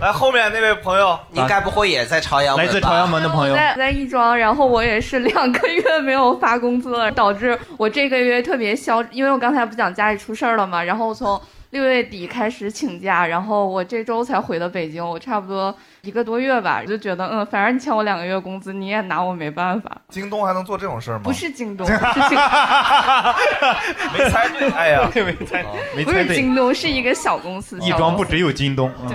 S3: 来，后面那位朋友，
S4: 你该不会也在朝阳门吧？
S2: 来自朝阳门的朋
S4: 友
S16: 哦在在亦庄，然后我也是两个月没有发工资了，导致我这个月特别消，因为我刚才不讲家里出事儿了嘛，然后我从六月底开始请假，然后我这周才回的北京，我差不多一个多月吧，我就觉得嗯，反正你欠我两个月工资，你也拿我没办法。
S3: 京东还能做这种事儿吗？
S16: 不是京东，是京
S3: 没猜对，哎 呀，
S2: 没猜，啊没
S16: 不
S2: 猜
S16: 是
S2: 对。
S16: 京东，是一个小公司。
S2: 亦庄不只有京东，啊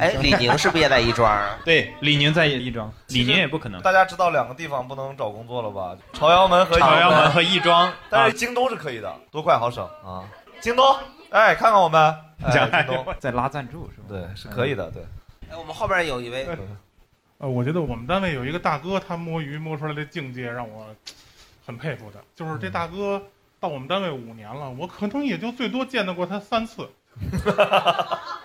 S4: 哎，李宁是不是也在啊亦庄？
S2: 对，李宁在亦庄，李宁也不可能。
S3: 大家知道两个地方不能找工作了吧？朝阳门和
S2: 朝阳门和亦庄，
S3: 但是京东是可以的，多快好省啊！ 京东，哎，看看我们，哎，京东
S2: 在拉赞助是吧？嗯
S3: 对，是可以的，对。
S4: 哎，我们后边有一位，
S20: 呃，我觉得我们单位有一个大哥，他摸鱼摸出来的境界让我很佩服的。就是这大哥到我们单位五年了，我可能也就最多见到过他 三次。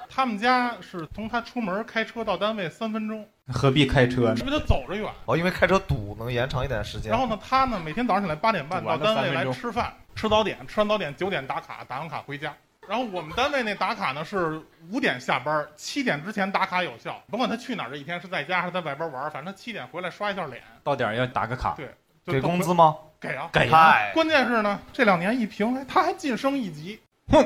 S20: 他们家是从他出门开车到单位三分钟，
S2: 何必开车
S20: 是
S2: 呢
S20: 不？是他走着远？
S3: 哦，因为开车堵，能延长一点时间。
S20: 然后呢，他呢每天早上起来八点半到单位来吃饭，吃早点，吃完早点九点打卡，打完卡回家。然后我们单位那打卡呢是五点下班，七点之前打卡有效，甭管他去哪儿这一天是在家还是在外边玩儿，反正他七点回来刷一下脸。
S2: 到点儿要打个卡。
S20: 对，就
S3: 给
S20: 等
S3: 工
S20: 着
S3: 资吗？
S20: 给啊，
S3: 给啊
S20: 关键是呢，这两年一评，哎，他还晋升一级。哼，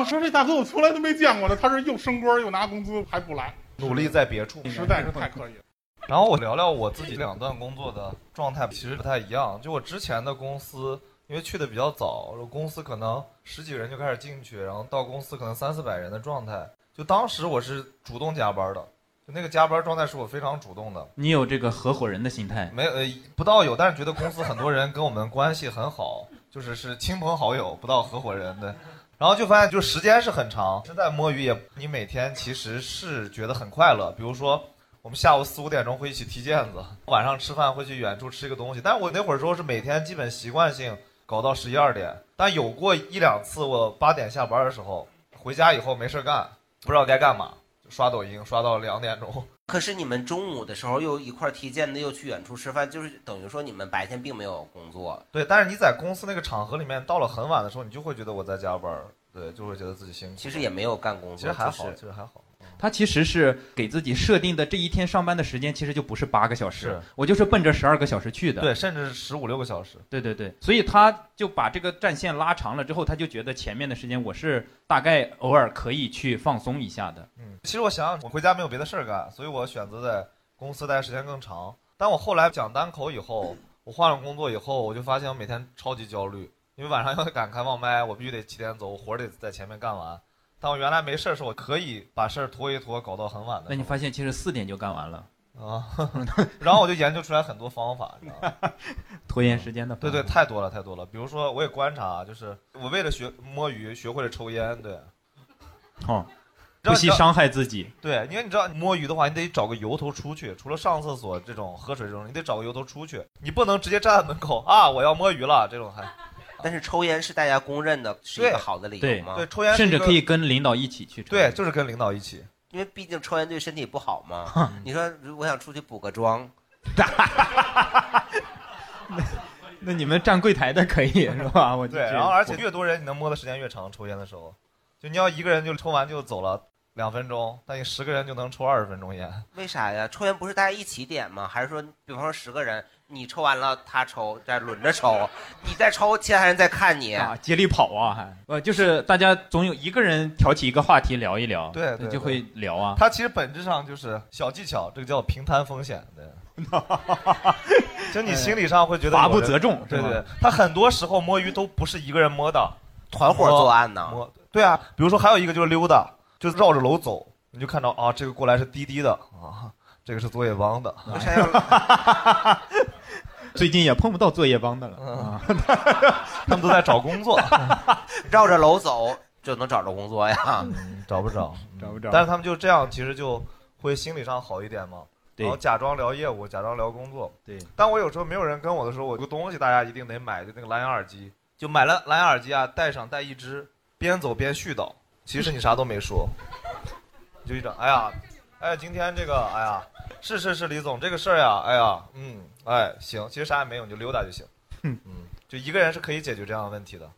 S20: 我说这大哥我从来都没见过了，他是又升官又拿工资还不来，
S3: 努力在别处，
S20: 实在是太可以了。
S3: 然后我聊聊我自己两段工作的状态，其实不太一样。就我之前的公司，因为去的比较早，公司可能十几个人就开始进去，然后到公司可能三四百人的状态。就当时我是主动加班的，就那个加班状态是我非常主动的。
S2: 你有这个合伙人的心态，
S3: 没有呃不到有，但是觉得公司很多人跟我们关系很好，就是是亲朋好友，不到合伙人对。然后就发现，就时间是很长，是在摸鱼也，你每天其实是觉得很快乐。比如说，我们下午四五点钟会一起踢毽子，晚上吃饭会去远处吃一个东西。但是我那会儿时候是每天基本习惯性搞到十一二点，但有过一两次我八点下班的时候，回家以后没事儿干，不知道该干嘛，就刷抖音，刷到两点钟。
S4: 可是你们中午的时候又一块儿踢毽子，又去远处吃饭，就是等于说你们白天并没有工作。
S3: 对，但是你在公司那个场合里面，到了很晚的时候，你就会觉得我在加班儿，对，就会觉得自己辛苦。
S4: 其实也没有干工作
S3: 其实还
S4: 就
S3: 好，
S4: 是
S3: 其实还好。嗯
S2: 他其实是给自己设定的这一天上班的时间，其实就不是八个小时，我就是奔着十二个小时去的。
S3: 对，甚至十五六个小时。
S2: 对对对，所以他就把这个战线拉长了之后，他就觉得前面的时间我是大概偶尔可以去放松一下的。
S3: 嗯，其实我想想，我回家没有别的事儿干，所以我选择在公司待时间更长。但我后来讲单口以后，我换了工作以后，我就发现我每天超级焦虑，因为晚上要赶开放麦，我必须得七点走，我活儿得在前面干完。但我原来没事儿的时候，我可以把事儿拖一拖，搞到很晚的
S2: 那你发现其实四点就干完了，
S3: 啊。 然后我就研究出来很多方法，你知道吗？
S2: 拖延时间的。
S3: 对对，太多了太多了。比如说，我也观察，就是我为了学摸鱼，学会了抽烟，对。
S2: 哦，不
S3: 让你
S2: 惜伤害自己。
S3: 对，因为你知道摸鱼的话，你得找个由头出去。除了上厕所这种、喝水这种，你得找个由头出去。你不能直接站在门口啊，我要摸鱼了这种还。
S4: 但是抽烟是大家公认的是一个好的理由
S2: 对
S4: 吗？
S3: 对，抽烟是
S2: 甚
S3: 一
S2: 至
S3: 个
S2: 可以跟领导一起去抽。
S3: 对，就是跟领导一起。
S4: 因为毕竟抽烟对身体不好 嘛。你说如果我想出去补个妆，
S2: 那你 们站柜台的可以是 吧？我就
S3: 对，
S2: 是
S3: 然后而且越多人，你能摸的时间越长。抽烟的时候，就你要一个人就抽完就走了两分钟，但你十个人就能抽二十分钟烟。
S4: 为啥呀？抽烟不是大家一起点吗？还是说，比方说十个人，你抽完了，他抽，再轮着抽， 你再抽，其他人在看你。
S2: 啊，接力跑啊，还呃，就是大家总有一个人挑起一个话题聊一聊，
S3: 对对
S2: 就会聊啊。
S3: 它其实本质上就是小技巧，这个叫平摊风险对。就你心理上会觉得
S2: 哎呀
S3: 有人
S2: 法不责众是
S3: 对
S2: 吗
S3: 对，他很多时候摸鱼都不是一个人摸的，
S4: 团伙作案呢
S3: 摸对啊，比如说还有一个就是溜达，就是绕着楼走，你就看到啊，这个过来是滴滴的啊，这个是作业帮的，
S2: 最近也碰不到作业帮的了，
S3: 嗯
S2: 啊
S3: 他们都在找工作，
S4: 绕着楼走就能找着工作呀？
S3: 嗯找不着，
S2: 找不着。
S3: 但是他们就这样，其实就会心理上好一点嘛。
S2: 对
S3: 然后假装聊业务，假装聊工作。
S2: 对。
S3: 但我有时候没有人跟我的时候，我有个东西大家一定得买，就那个蓝牙耳机，就买了蓝牙耳机啊，戴上戴一只，边走边絮叨，其实你啥都没说， 你就一整哎呀，哎今天这个哎呀，是是是李总这个事儿呀，哎呀嗯哎行，其实啥也没有，你就溜达就行。
S2: 嗯
S3: 就一个人是可以解决这样的问题的，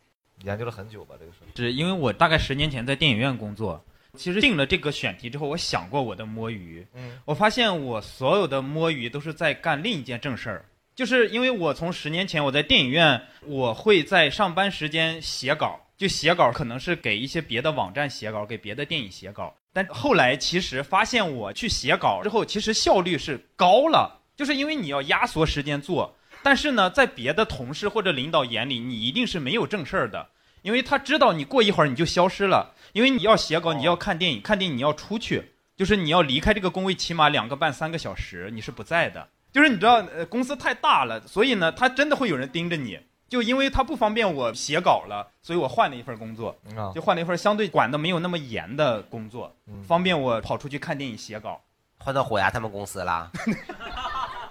S3: 研究了很久吧，这个事儿。
S2: 是因为我大概十年前在电影院工作，其实定了这个选题之后，我想过我的摸鱼，
S3: 嗯，
S2: 我发现我所有的摸鱼都是在干另一件正事儿，就是因为我从十年前我在电影院，我会在上班时间写稿，就写稿可能是给一些别的网站写稿，给别的电影写稿，但后来其实发现我去写稿之后，其实效率是高了，就是因为你要压缩时间做。但是呢，在别的同事或者领导眼里，你一定是没有正事儿的，因为他知道你过一会儿你就消失了，因为你要写稿，你要看电影，看电影你要出去，就是你要离开这个工位，起码两个半三个小时，你是不在的。就是你知道，呃，公司太大了，所以呢，他真的会有人盯着你。就因为他不方便我写稿了，所以我换了一份工作，
S3: 嗯啊
S2: 就换了一份相对管的没有那么严的工作，方便我跑出去看电影写稿。
S4: 换到虎牙他们公司啦。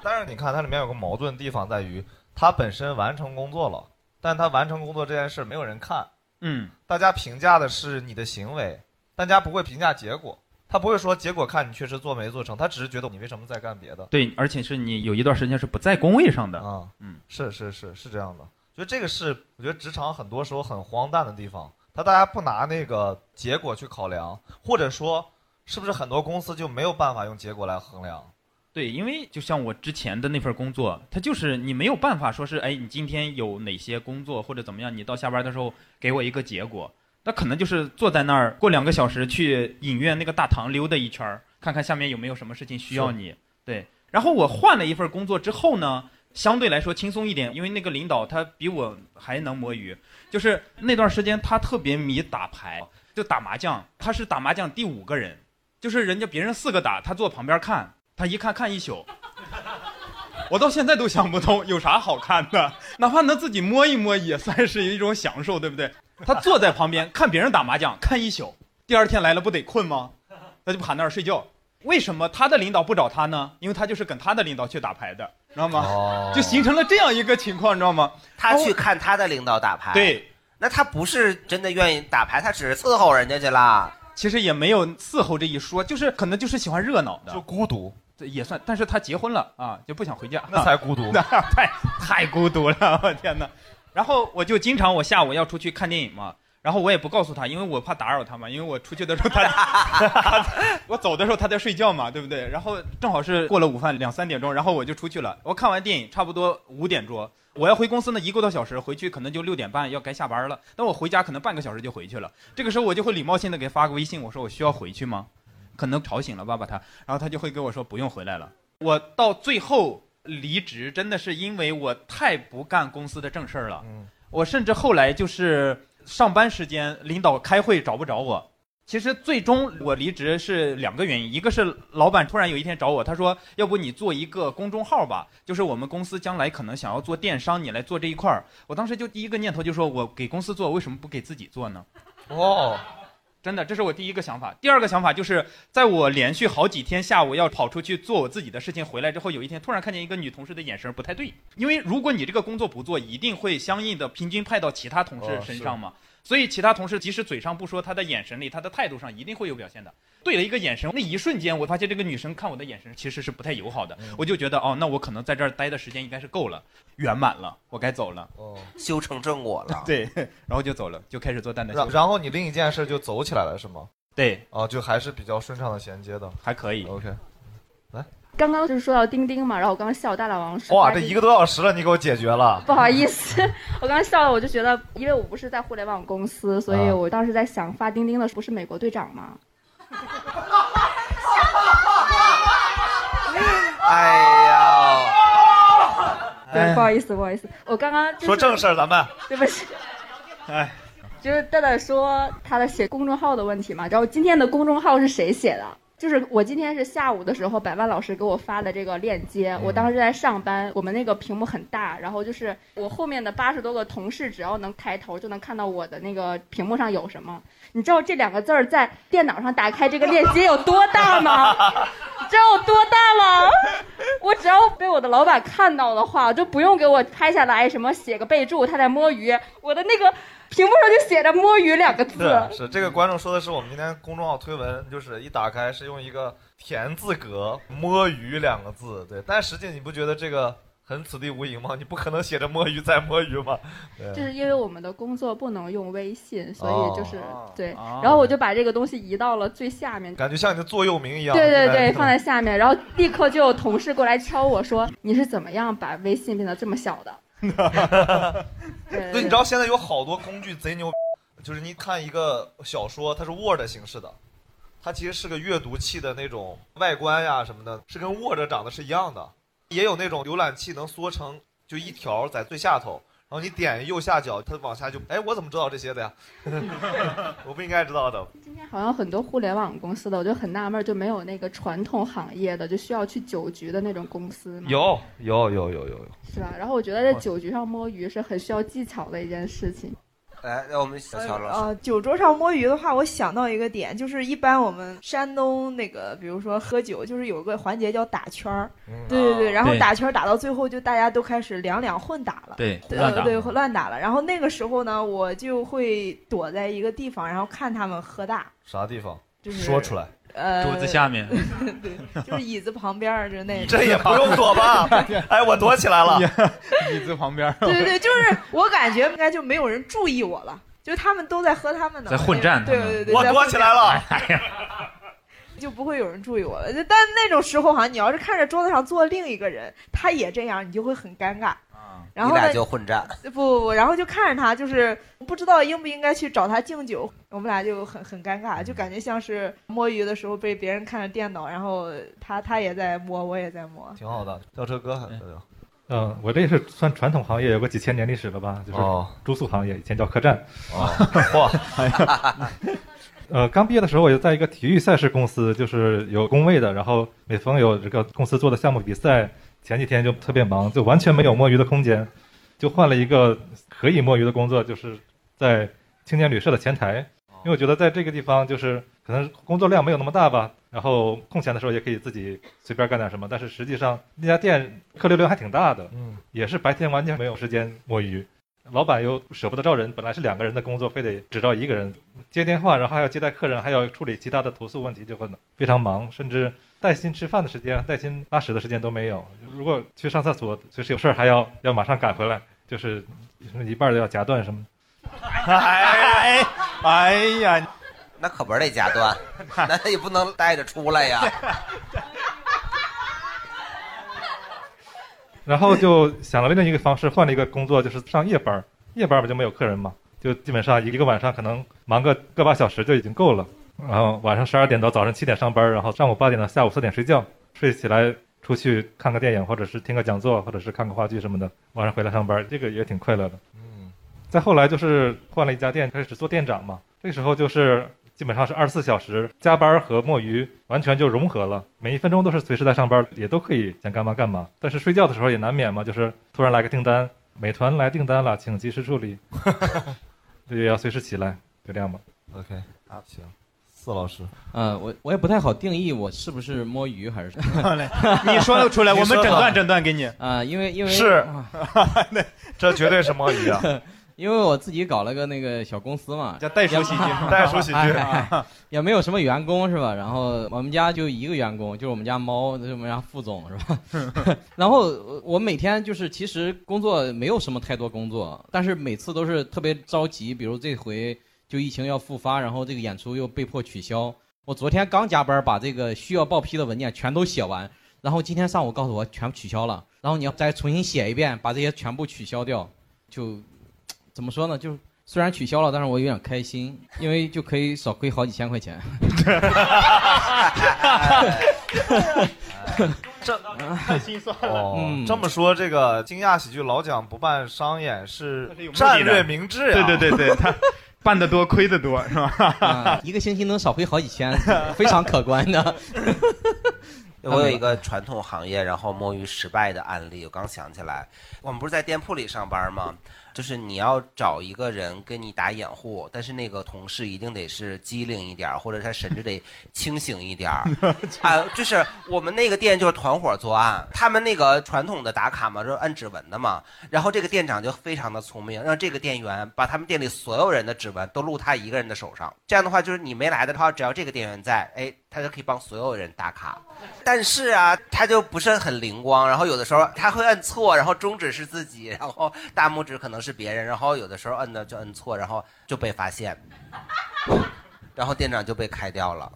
S3: 但是你看，它里面有个矛盾的地方在于，他本身完成工作了，但他完成工作这件事没有人看，
S2: 嗯，
S3: 大家评价的是你的行为，大家不会评价结果，他不会说结果看你确实做没做成，他只是觉得你为什么在干别的。
S2: 对，而且是你有一段时间是不在工位上的。
S3: 啊，
S2: 嗯，
S3: 是是是是这样的，就这个是我觉得职场很多时候很荒诞的地方，他大家不拿那个结果去考量，或者说是不是很多公司就没有办法用结果来衡量？
S2: 对，因为就像我之前的那份工作，它就是你没有办法说是，哎，你今天有哪些工作或者怎么样，你到下班的时候给我一个结果，那可能就是坐在那儿过两个小时去影院那个大堂溜达一圈儿，看看下面有没有什么事情需要你。对，然后我换了一份工作之后呢，相对来说轻松一点，因为那个领导他比我还能摸鱼，就是那段时间他特别迷打牌，就打麻将，他是打麻将第五个人，就是人家别人四个打，他坐旁边看，他一看看一宿。我到现在都想不通有啥好看的，哪怕能自己摸一摸也算是一种享受，对不对？他坐在旁边看别人打麻将，看一宿，第二天来了不得困吗？他就趴那儿睡觉。为什么他的领导不找他呢？因为他就是跟他的领导去打牌的，知道吗？
S3: 哦
S4: 哦
S2: 就形成了这样一个情况，你知道吗？
S4: 他去看他的领导打牌。
S2: 对，
S4: 那他不是真的愿意打牌，他只是伺候人家去啦。
S2: 其实也没有伺候这一说，就是可能就是喜欢热闹的，就
S3: 孤独，
S2: 也算。但是他结婚了啊，就不想回家，
S3: 那才孤 独
S2: 那太太孤独了，我天哪！然后我就经常我下午要出去看电影嘛，然后我也不告诉他，因为我怕打扰他嘛，因为我出去的时候他他 我走的时候他在睡觉嘛，对不对？然后正好是过了午饭两三点钟，然后我就出去了。我看完电影差不多五点钟，我要回公司呢一个多小时，回去可能就六点半要该下班了。但我回家可能半个小时就回去了。这个时候我就会礼貌性的给发个微信，我说我需要回去吗？可能吵醒了吧把他，然后他就会跟我说不用回来了。我到最后离职真的是因为我太不干公司的正事儿了。
S7: 嗯
S2: 我甚至后来就是上班时间领导开会找不着我，其实最终我离职是两个原因，一个是老板突然有一天找我，他说要不你做一个公众号吧，就是我们公司将来可能想要做电商，你来做这一块儿。我当时就第一个念头就说，我给公司做，为什么不给自己做呢？
S3: 哦，
S2: 真的，这是我第一个想法。第二个想法就是，在我连续好几天下午要跑出去做我自己的事情，回来之后，有一天突然看见一个女同事的眼神不太对，因为如果你这个工作不做，一定会相应的平均派到其他同事身上嘛。
S3: 哦
S2: 所以其他同事即使嘴上不说，他的眼神里、他的态度上一定会有表现的。对了一个眼神，那一瞬间我发现这个女生看我的眼神其实是不太友好的，我就觉得哦，那我可能在这儿待的时间应该是够了，圆满了，我该走了。
S3: 哦，
S4: 修成正果了。
S2: 对，然后就走了，就开始做蛋蛋
S3: 然
S2: 修。
S3: 然后你另一件事就走起来了是吗？
S2: 对，
S3: 啊，就还是比较顺畅的衔接的，
S2: 还可以。
S3: OK，
S9: 刚刚就是说到钉钉嘛，然后我刚刚笑大老王是
S3: 哇，这一个多小时了，你给我解决了。
S9: 不好意思，我刚笑了，我就觉得，因为我不是在互联网公司，所以
S3: 啊
S9: 我当时在想，发钉钉的不是美国队长吗？
S4: 哎呀，
S9: 对，不好意思，不好意思，我刚刚、就是、
S3: 说正事儿，咱们
S9: 对不起，
S2: 哎，
S9: 就是蛋蛋说他的写公众号的问题嘛，然后今天的公众号是谁写的？就是我今天是下午的时候，百万老师给我发的这个链接，我当时在上班，我们那个屏幕很大，然后就是我后面的八十多个同事，只要能抬头就能看到我的那个屏幕上有什么。你知道这两个字儿在电脑上打开这个链接有多大吗？你知道有多大吗？ 我只要被我的老板看到的话，就不用给我拍下来，什么写个备注他在摸鱼，我的那个屏幕上就写着“摸鱼”两个
S2: 啊
S9: 字。
S3: 是是，这个观众说的是我们今天公众号推文，就是一打开是用一个田字格“摸鱼”两个字，对。但实际你不觉得这个很此地无银吗？你不可能写着“摸鱼”再摸鱼嘛。对。
S9: 就是因为我们的工作不能用微信，所以就是、对
S3: 哦，
S9: 然后我就把这个东西移到了最下面。
S3: 感觉像你的座右铭一样。
S9: 对对对，
S3: 哎
S9: 放在下面，然后立刻就有同事过来敲我说：“你是怎么样把微信变得这么小的？”对
S3: 对，你知道现在有好多工具贼牛， 就是你看一个小说，它是 Word 形式的，它其实是个阅读器的那种外观呀什么的，是跟 Word 长得是一样的。也有那种浏览器能缩成就一条在最下头，然后你点右下角，它往下就，哎，我怎么知道这些的呀？ 我不应该知道的。
S9: 好像很多互联网公司的，我就很纳闷儿，就没有那个传统行业的，就需要去酒局的那种公司嘛，
S3: 有有有有有有，
S9: 是吧？然后我觉得在酒局上摸鱼是很需要技巧的一件事情。
S4: 来，让我们小乔老师，
S14: 呃，酒桌上摸鱼的话，我想到一个点，就是一般我们山东那个，比如说喝酒，就是有个环节叫打圈儿，
S3: 嗯
S14: 对对
S3: 哦
S14: 对，然后
S21: 对
S14: 打圈儿打到最后，就大家都开始两两混打了，
S21: 对
S14: 对
S21: 乱打
S14: 对乱打了。然后那个时候呢，我就会躲在一个地方，然后看他们喝大，
S3: 啥地方？
S14: 就是
S3: 说出来。
S14: 呃，
S3: 桌子下面
S14: 对，就是椅子旁边儿，就那种。
S3: 这也不用躲 吧？哎，我躲起来了，
S2: 椅子旁 边。
S14: 对对对，就是我感觉应该就没有人注意我了，就是他们都在喝他们的，
S2: 在混战
S14: 对
S2: 他们
S14: 对对对，
S2: 我
S14: 在
S2: 躲
S14: 混
S2: 起
S14: 战
S2: 来了，
S14: 就不会有人注意我了。就但那种时候好像你要是看着桌子上坐另一个人，他也这样，你就会很尴尬。
S2: 啊
S14: 然后
S4: 你俩
S14: 呢？
S4: 就混战。
S14: 不不不，然后就看着他，就是不知道应不应该去找他敬酒，我们俩就很很尴尬，就感觉像是摸鱼的时候被别人看着电脑，然后他他也在摸，我也在摸，
S3: 挺好的。吊车哥还
S7: 嗯，我这是算传统行业，有个几千年历史了吧？就是
S3: 哦
S7: 住宿行业，以前叫客栈。
S3: 哦，哇，
S7: 哎呀，呃，刚毕业的时候，我就在一个体育赛事公司，就是有工位的，然后每逢有这个公司做的项目比赛，前几天就特别忙，就完全没有摸鱼的空间，就换了一个可以摸鱼的工作，就是在青年旅社的前台，因为我觉得在这个地方就是可能工作量没有那么大吧，然后空闲的时候也可以自己随便干点什么，但是实际上那家店客流量还挺大的，
S3: 嗯，
S7: 也是白天完全没有时间摸鱼。老板又舍不得招人，本来是两个人的工作，非得只招一个人，接电话，然后还要接待客人，还要处理其他的投诉问题，就会非常 忙，甚至带薪吃饭的时间、带薪拉屎的时间都没有。如果去上厕所，随时有事儿还要要马上赶回来，就是一半儿都要夹断什么的。
S4: 哎
S2: 哎呀，
S4: 那可不是得夹 断，那也不能带着出来呀。
S7: 然后就想了另一个方式，换了一个工作，就是上夜班儿。夜班儿不就没有客人嘛，就基本上一个晚上可能忙个个把小时就已经够了。然后晚上十二点到早上七点上班儿，然后上午八点到下午四点睡觉，睡起来出去看个电影，或者是听个讲座，或者是看个话剧什么的。晚上回来上班儿，这个也挺快乐的。再后来就是换了一家店，开始做店长嘛。这个时候就是基本上是二十四小时加班和摸鱼完全就融合了，每一分钟都是随时在上班，也都可以想干嘛干嘛。但是睡觉的时候也难免嘛，就是突然来个订单，美团来订单了，请及时处理，这也要随时起来，就这样吧。
S3: OK，好，行，四老师，
S12: 呃，我我也不太好定义我是不是摸鱼还是什么
S2: 你说得 出来我们诊断诊断给你
S12: 啊，因为因为
S2: 是
S3: 这绝对是摸鱼啊！
S12: 因为我自己搞了个那个小公司嘛，
S2: 叫袋鼠喜剧
S12: 袋
S2: 袋
S12: 鼠
S2: 鼠
S12: 喜
S2: 喜
S12: 剧
S2: 剧，啊
S12: 哎也没有什么员工是吧？然后我们家就一个员工，就是我们家猫，就是我们家副总是 吧？然后呃我每天就是其实工作没有什么太多工作，但是每次都是特别着急，比如这回就疫情要复发，然后这个演出又被迫取消。我昨天刚加班，把这个需要报批的文件全都写完，然后今天上午告诉我全部取消了，然后你要再重新写一遍，把这些全部取消掉，就怎么说呢？就是虽然取消了，但是我有点开心，因为就可以少亏好几千块钱。
S3: 这
S2: 太心酸了
S3: 哦
S2: 嗯，
S3: 这么说，这个惊讶喜剧老蒋不办商演是
S2: 有目的的
S3: 战略明智啊呀！
S2: 对对 对对，他办的多亏的多是吧？
S12: 啊一个星期能少亏好几千，非常可观的。
S4: 我有一个传统行业，然后摸鱼失败的案例，我刚想起来，我们不是在店铺里上班吗？就是你要找一个人跟你打掩护，但是那个同事一定得是机灵一点儿，或者他神志得清醒一点 儿。啊，就是我们那个店就是团伙作案，他们那个传统的打卡嘛，就是按指纹的嘛。然后这个店长就非常的聪明，让这个店员把他们店里所有人的指纹都录他一个人的手上。这样的话，就是你没来的话，只要这个店员在，哎，他就可以帮所有人打卡。但是啊，他就不是很灵光，然后有的时候他会摁错，然后中指是自己，然后大拇指可能是别人，然后有的时候摁的就摁错，然后就被发现， 然后店长就被开掉了。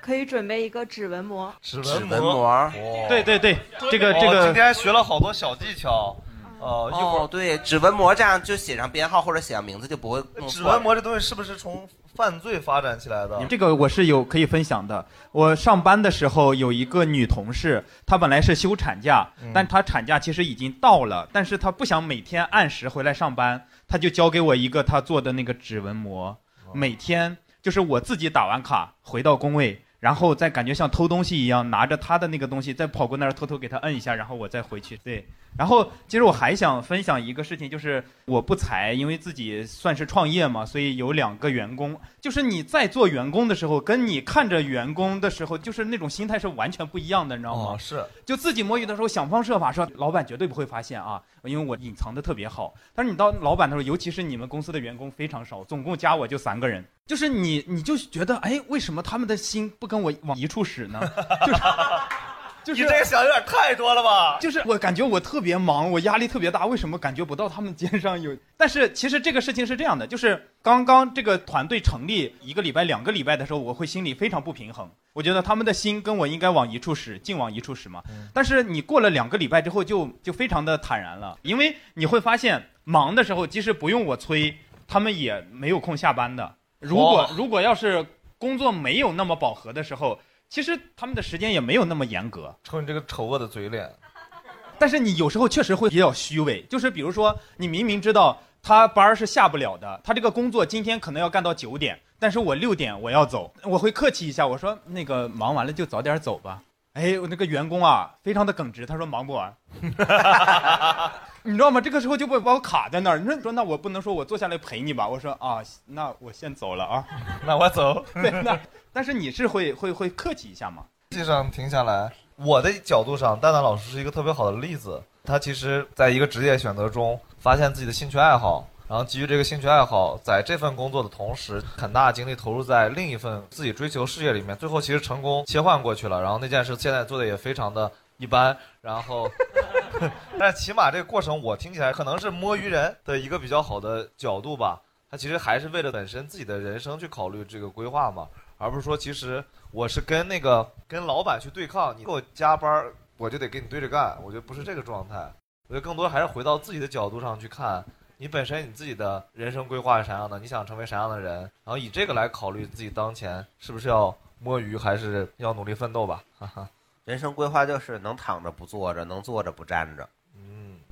S14: 可以准备一个指纹膜，
S3: 指
S4: 指
S3: 纹
S4: 纹膜，
S3: 哦
S2: 对对对，这个
S3: 哦
S2: 这个
S3: 今天学了好多小技巧。哦，一会
S4: 哦，对，指纹膜这样就写上编号或者写上名字就不会弄
S3: 儿指
S4: 错
S3: 纹膜这东西是不是从犯罪发展起来的？
S2: 这个我是有可以分享的。我上班的时候有一个女同事，她本来是休产假
S3: 嗯，
S2: 但她产假其实已经到了，但是她不想每天按时回来上班，她就交给我一个她做的那个指纹膜，
S3: 哦
S2: 每天就是我自己打完卡回到工位。然后再感觉像偷东西一样，拿着她的那个东西，再跑过那儿偷偷给她摁一下，然后我再回去。对，然后其实我还想分享一个事情，就是我不才，因为自己算是创业嘛，所以有两个员工。就是你在做员工的时候，跟你看着员工的时候，就是那种心态是完全不一样的，你知道吗？
S3: 哦是，
S2: 就自己摸鱼的时候想方设法说，老板绝对不会发现啊，因为我隐藏的特别好。但是你到老板的时候，尤其是你们公司的员工非常少，总共加我就三个人，就是你你就觉得，哎，为什么他们的心不跟我往一处使呢？就是
S3: 你这个想有点太多了吧？
S2: 就是我感觉我特别忙，我压力特别大，为什么感觉不到他们肩上有？但是其实这个事情是这样的，就是刚刚这个团队成立一个礼拜、两个礼拜的时候，我会心里非常不平衡，我觉得他们的心跟我应该往一处使，尽往一处使嘛。
S3: 嗯
S2: 但是你过了两个礼拜之后就，就非常的坦然了，因为你会发现忙的时候，即使不用我催，他们也没有空下班的。如果
S3: 哇
S2: 如果要是工作没有那么饱和的时候，其实他们的时间也没有那么严格。
S3: 瞅你这个丑恶的嘴脸，
S2: 但是你有时候确实会比较虚伪，就是比如说你明明知道他班儿是下不了的，他这个工作今天可能要干到九点，但是我六点我要走，我会客气一下，我说那个忙完了就早点走吧。哎，我那个员工啊，非常的耿直，他说忙不完， 你知道吗？这个时候就会把我卡在那儿。你说，你说那我不能说我坐下来陪你吧？我说啊，那我先走了啊，
S3: 那我走。
S2: 对，那但是你是会会会客气一下嘛？
S3: 实际上停下来，我的角度上，蛋蛋老师是一个特别好的例子。他其实在一个职业选择中，发现自己的兴趣爱好，然后基于这个兴趣爱好，在这份工作的同时，很大精力投入在另一份自己追求事业里面。最后其实成功切换过去了，然后那件事现在做的也非常的一般，然后。 但起码这个过程我听起来可能是摸鱼人的一个比较好的角度吧。他其实还是为了本身自己的人生去考虑这个规划嘛，而不是说其实我是跟那个跟老板去对抗，你给我加班儿我就得给你对着干，我觉得不是这个状态。我觉得更多还是回到自己的角度上去看，你本身你自己的人生规划是啥样的，你想成为啥样的人，然后以这个来考虑自己当前是不是要摸鱼，还是要努力奋斗吧。哈哈。
S4: 人生规划就是能躺着不坐着，能坐着不站着。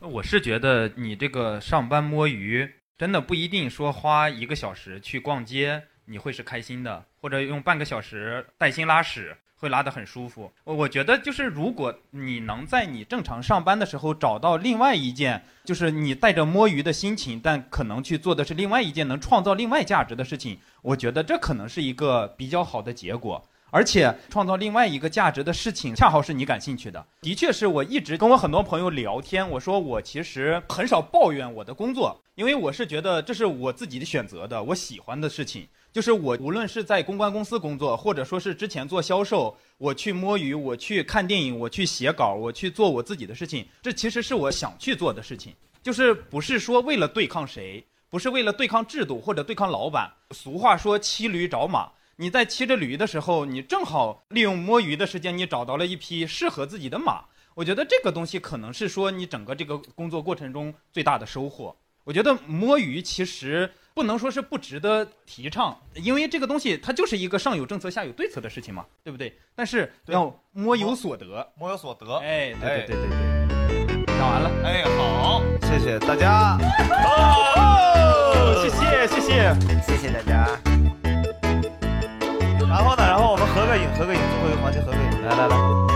S2: 我是觉得你这个上班摸鱼，真的不一定说花一个小时去逛街你会是开心的，或者用半个小时带薪拉屎会拉得很舒服。呃我觉得就是如果你能在你正常上班的时候找到另外一件，就是你带着摸鱼的心情，但可能去做的是另外一件能创造另外价值的事情，我觉得这可能是一个比较好的结果。而且创造另外一个价值的事情，恰好是你感兴趣的。的确是我一直跟我很多朋友聊天，我说我其实很少抱怨我的工作，因为我是觉得这是我自己的选择的，我喜欢的事情。就是我无论是在公关公司工作，或者说是之前做销售，我去摸鱼，我去看电影，我去写稿，我去做我自己的事情，这其实是我想去做的事情，就是不是说为了对抗谁，不是为了对抗制度或者对抗老板。俗话说骑驴找马，你在骑着驴的时候，你正好利用摸鱼的时间，你找到了一匹适合自己的马。我觉得这个东西可能是说你整个这个工作过程中最大的收获。我觉得摸鱼其实不能说是不值得提倡，因为这个东西它就是一个上有政策下有对策的事情嘛，对不对？但是要摸有所得，
S3: 摸有所得。
S2: 哎，对对对对对。
S3: 讲
S2: 完了。
S3: 哎，好，谢谢大家。哦，谢谢谢谢
S4: 谢谢大家。
S3: 然后呢，然后我们合个影，合个影，最后一个环节合个影，来来来。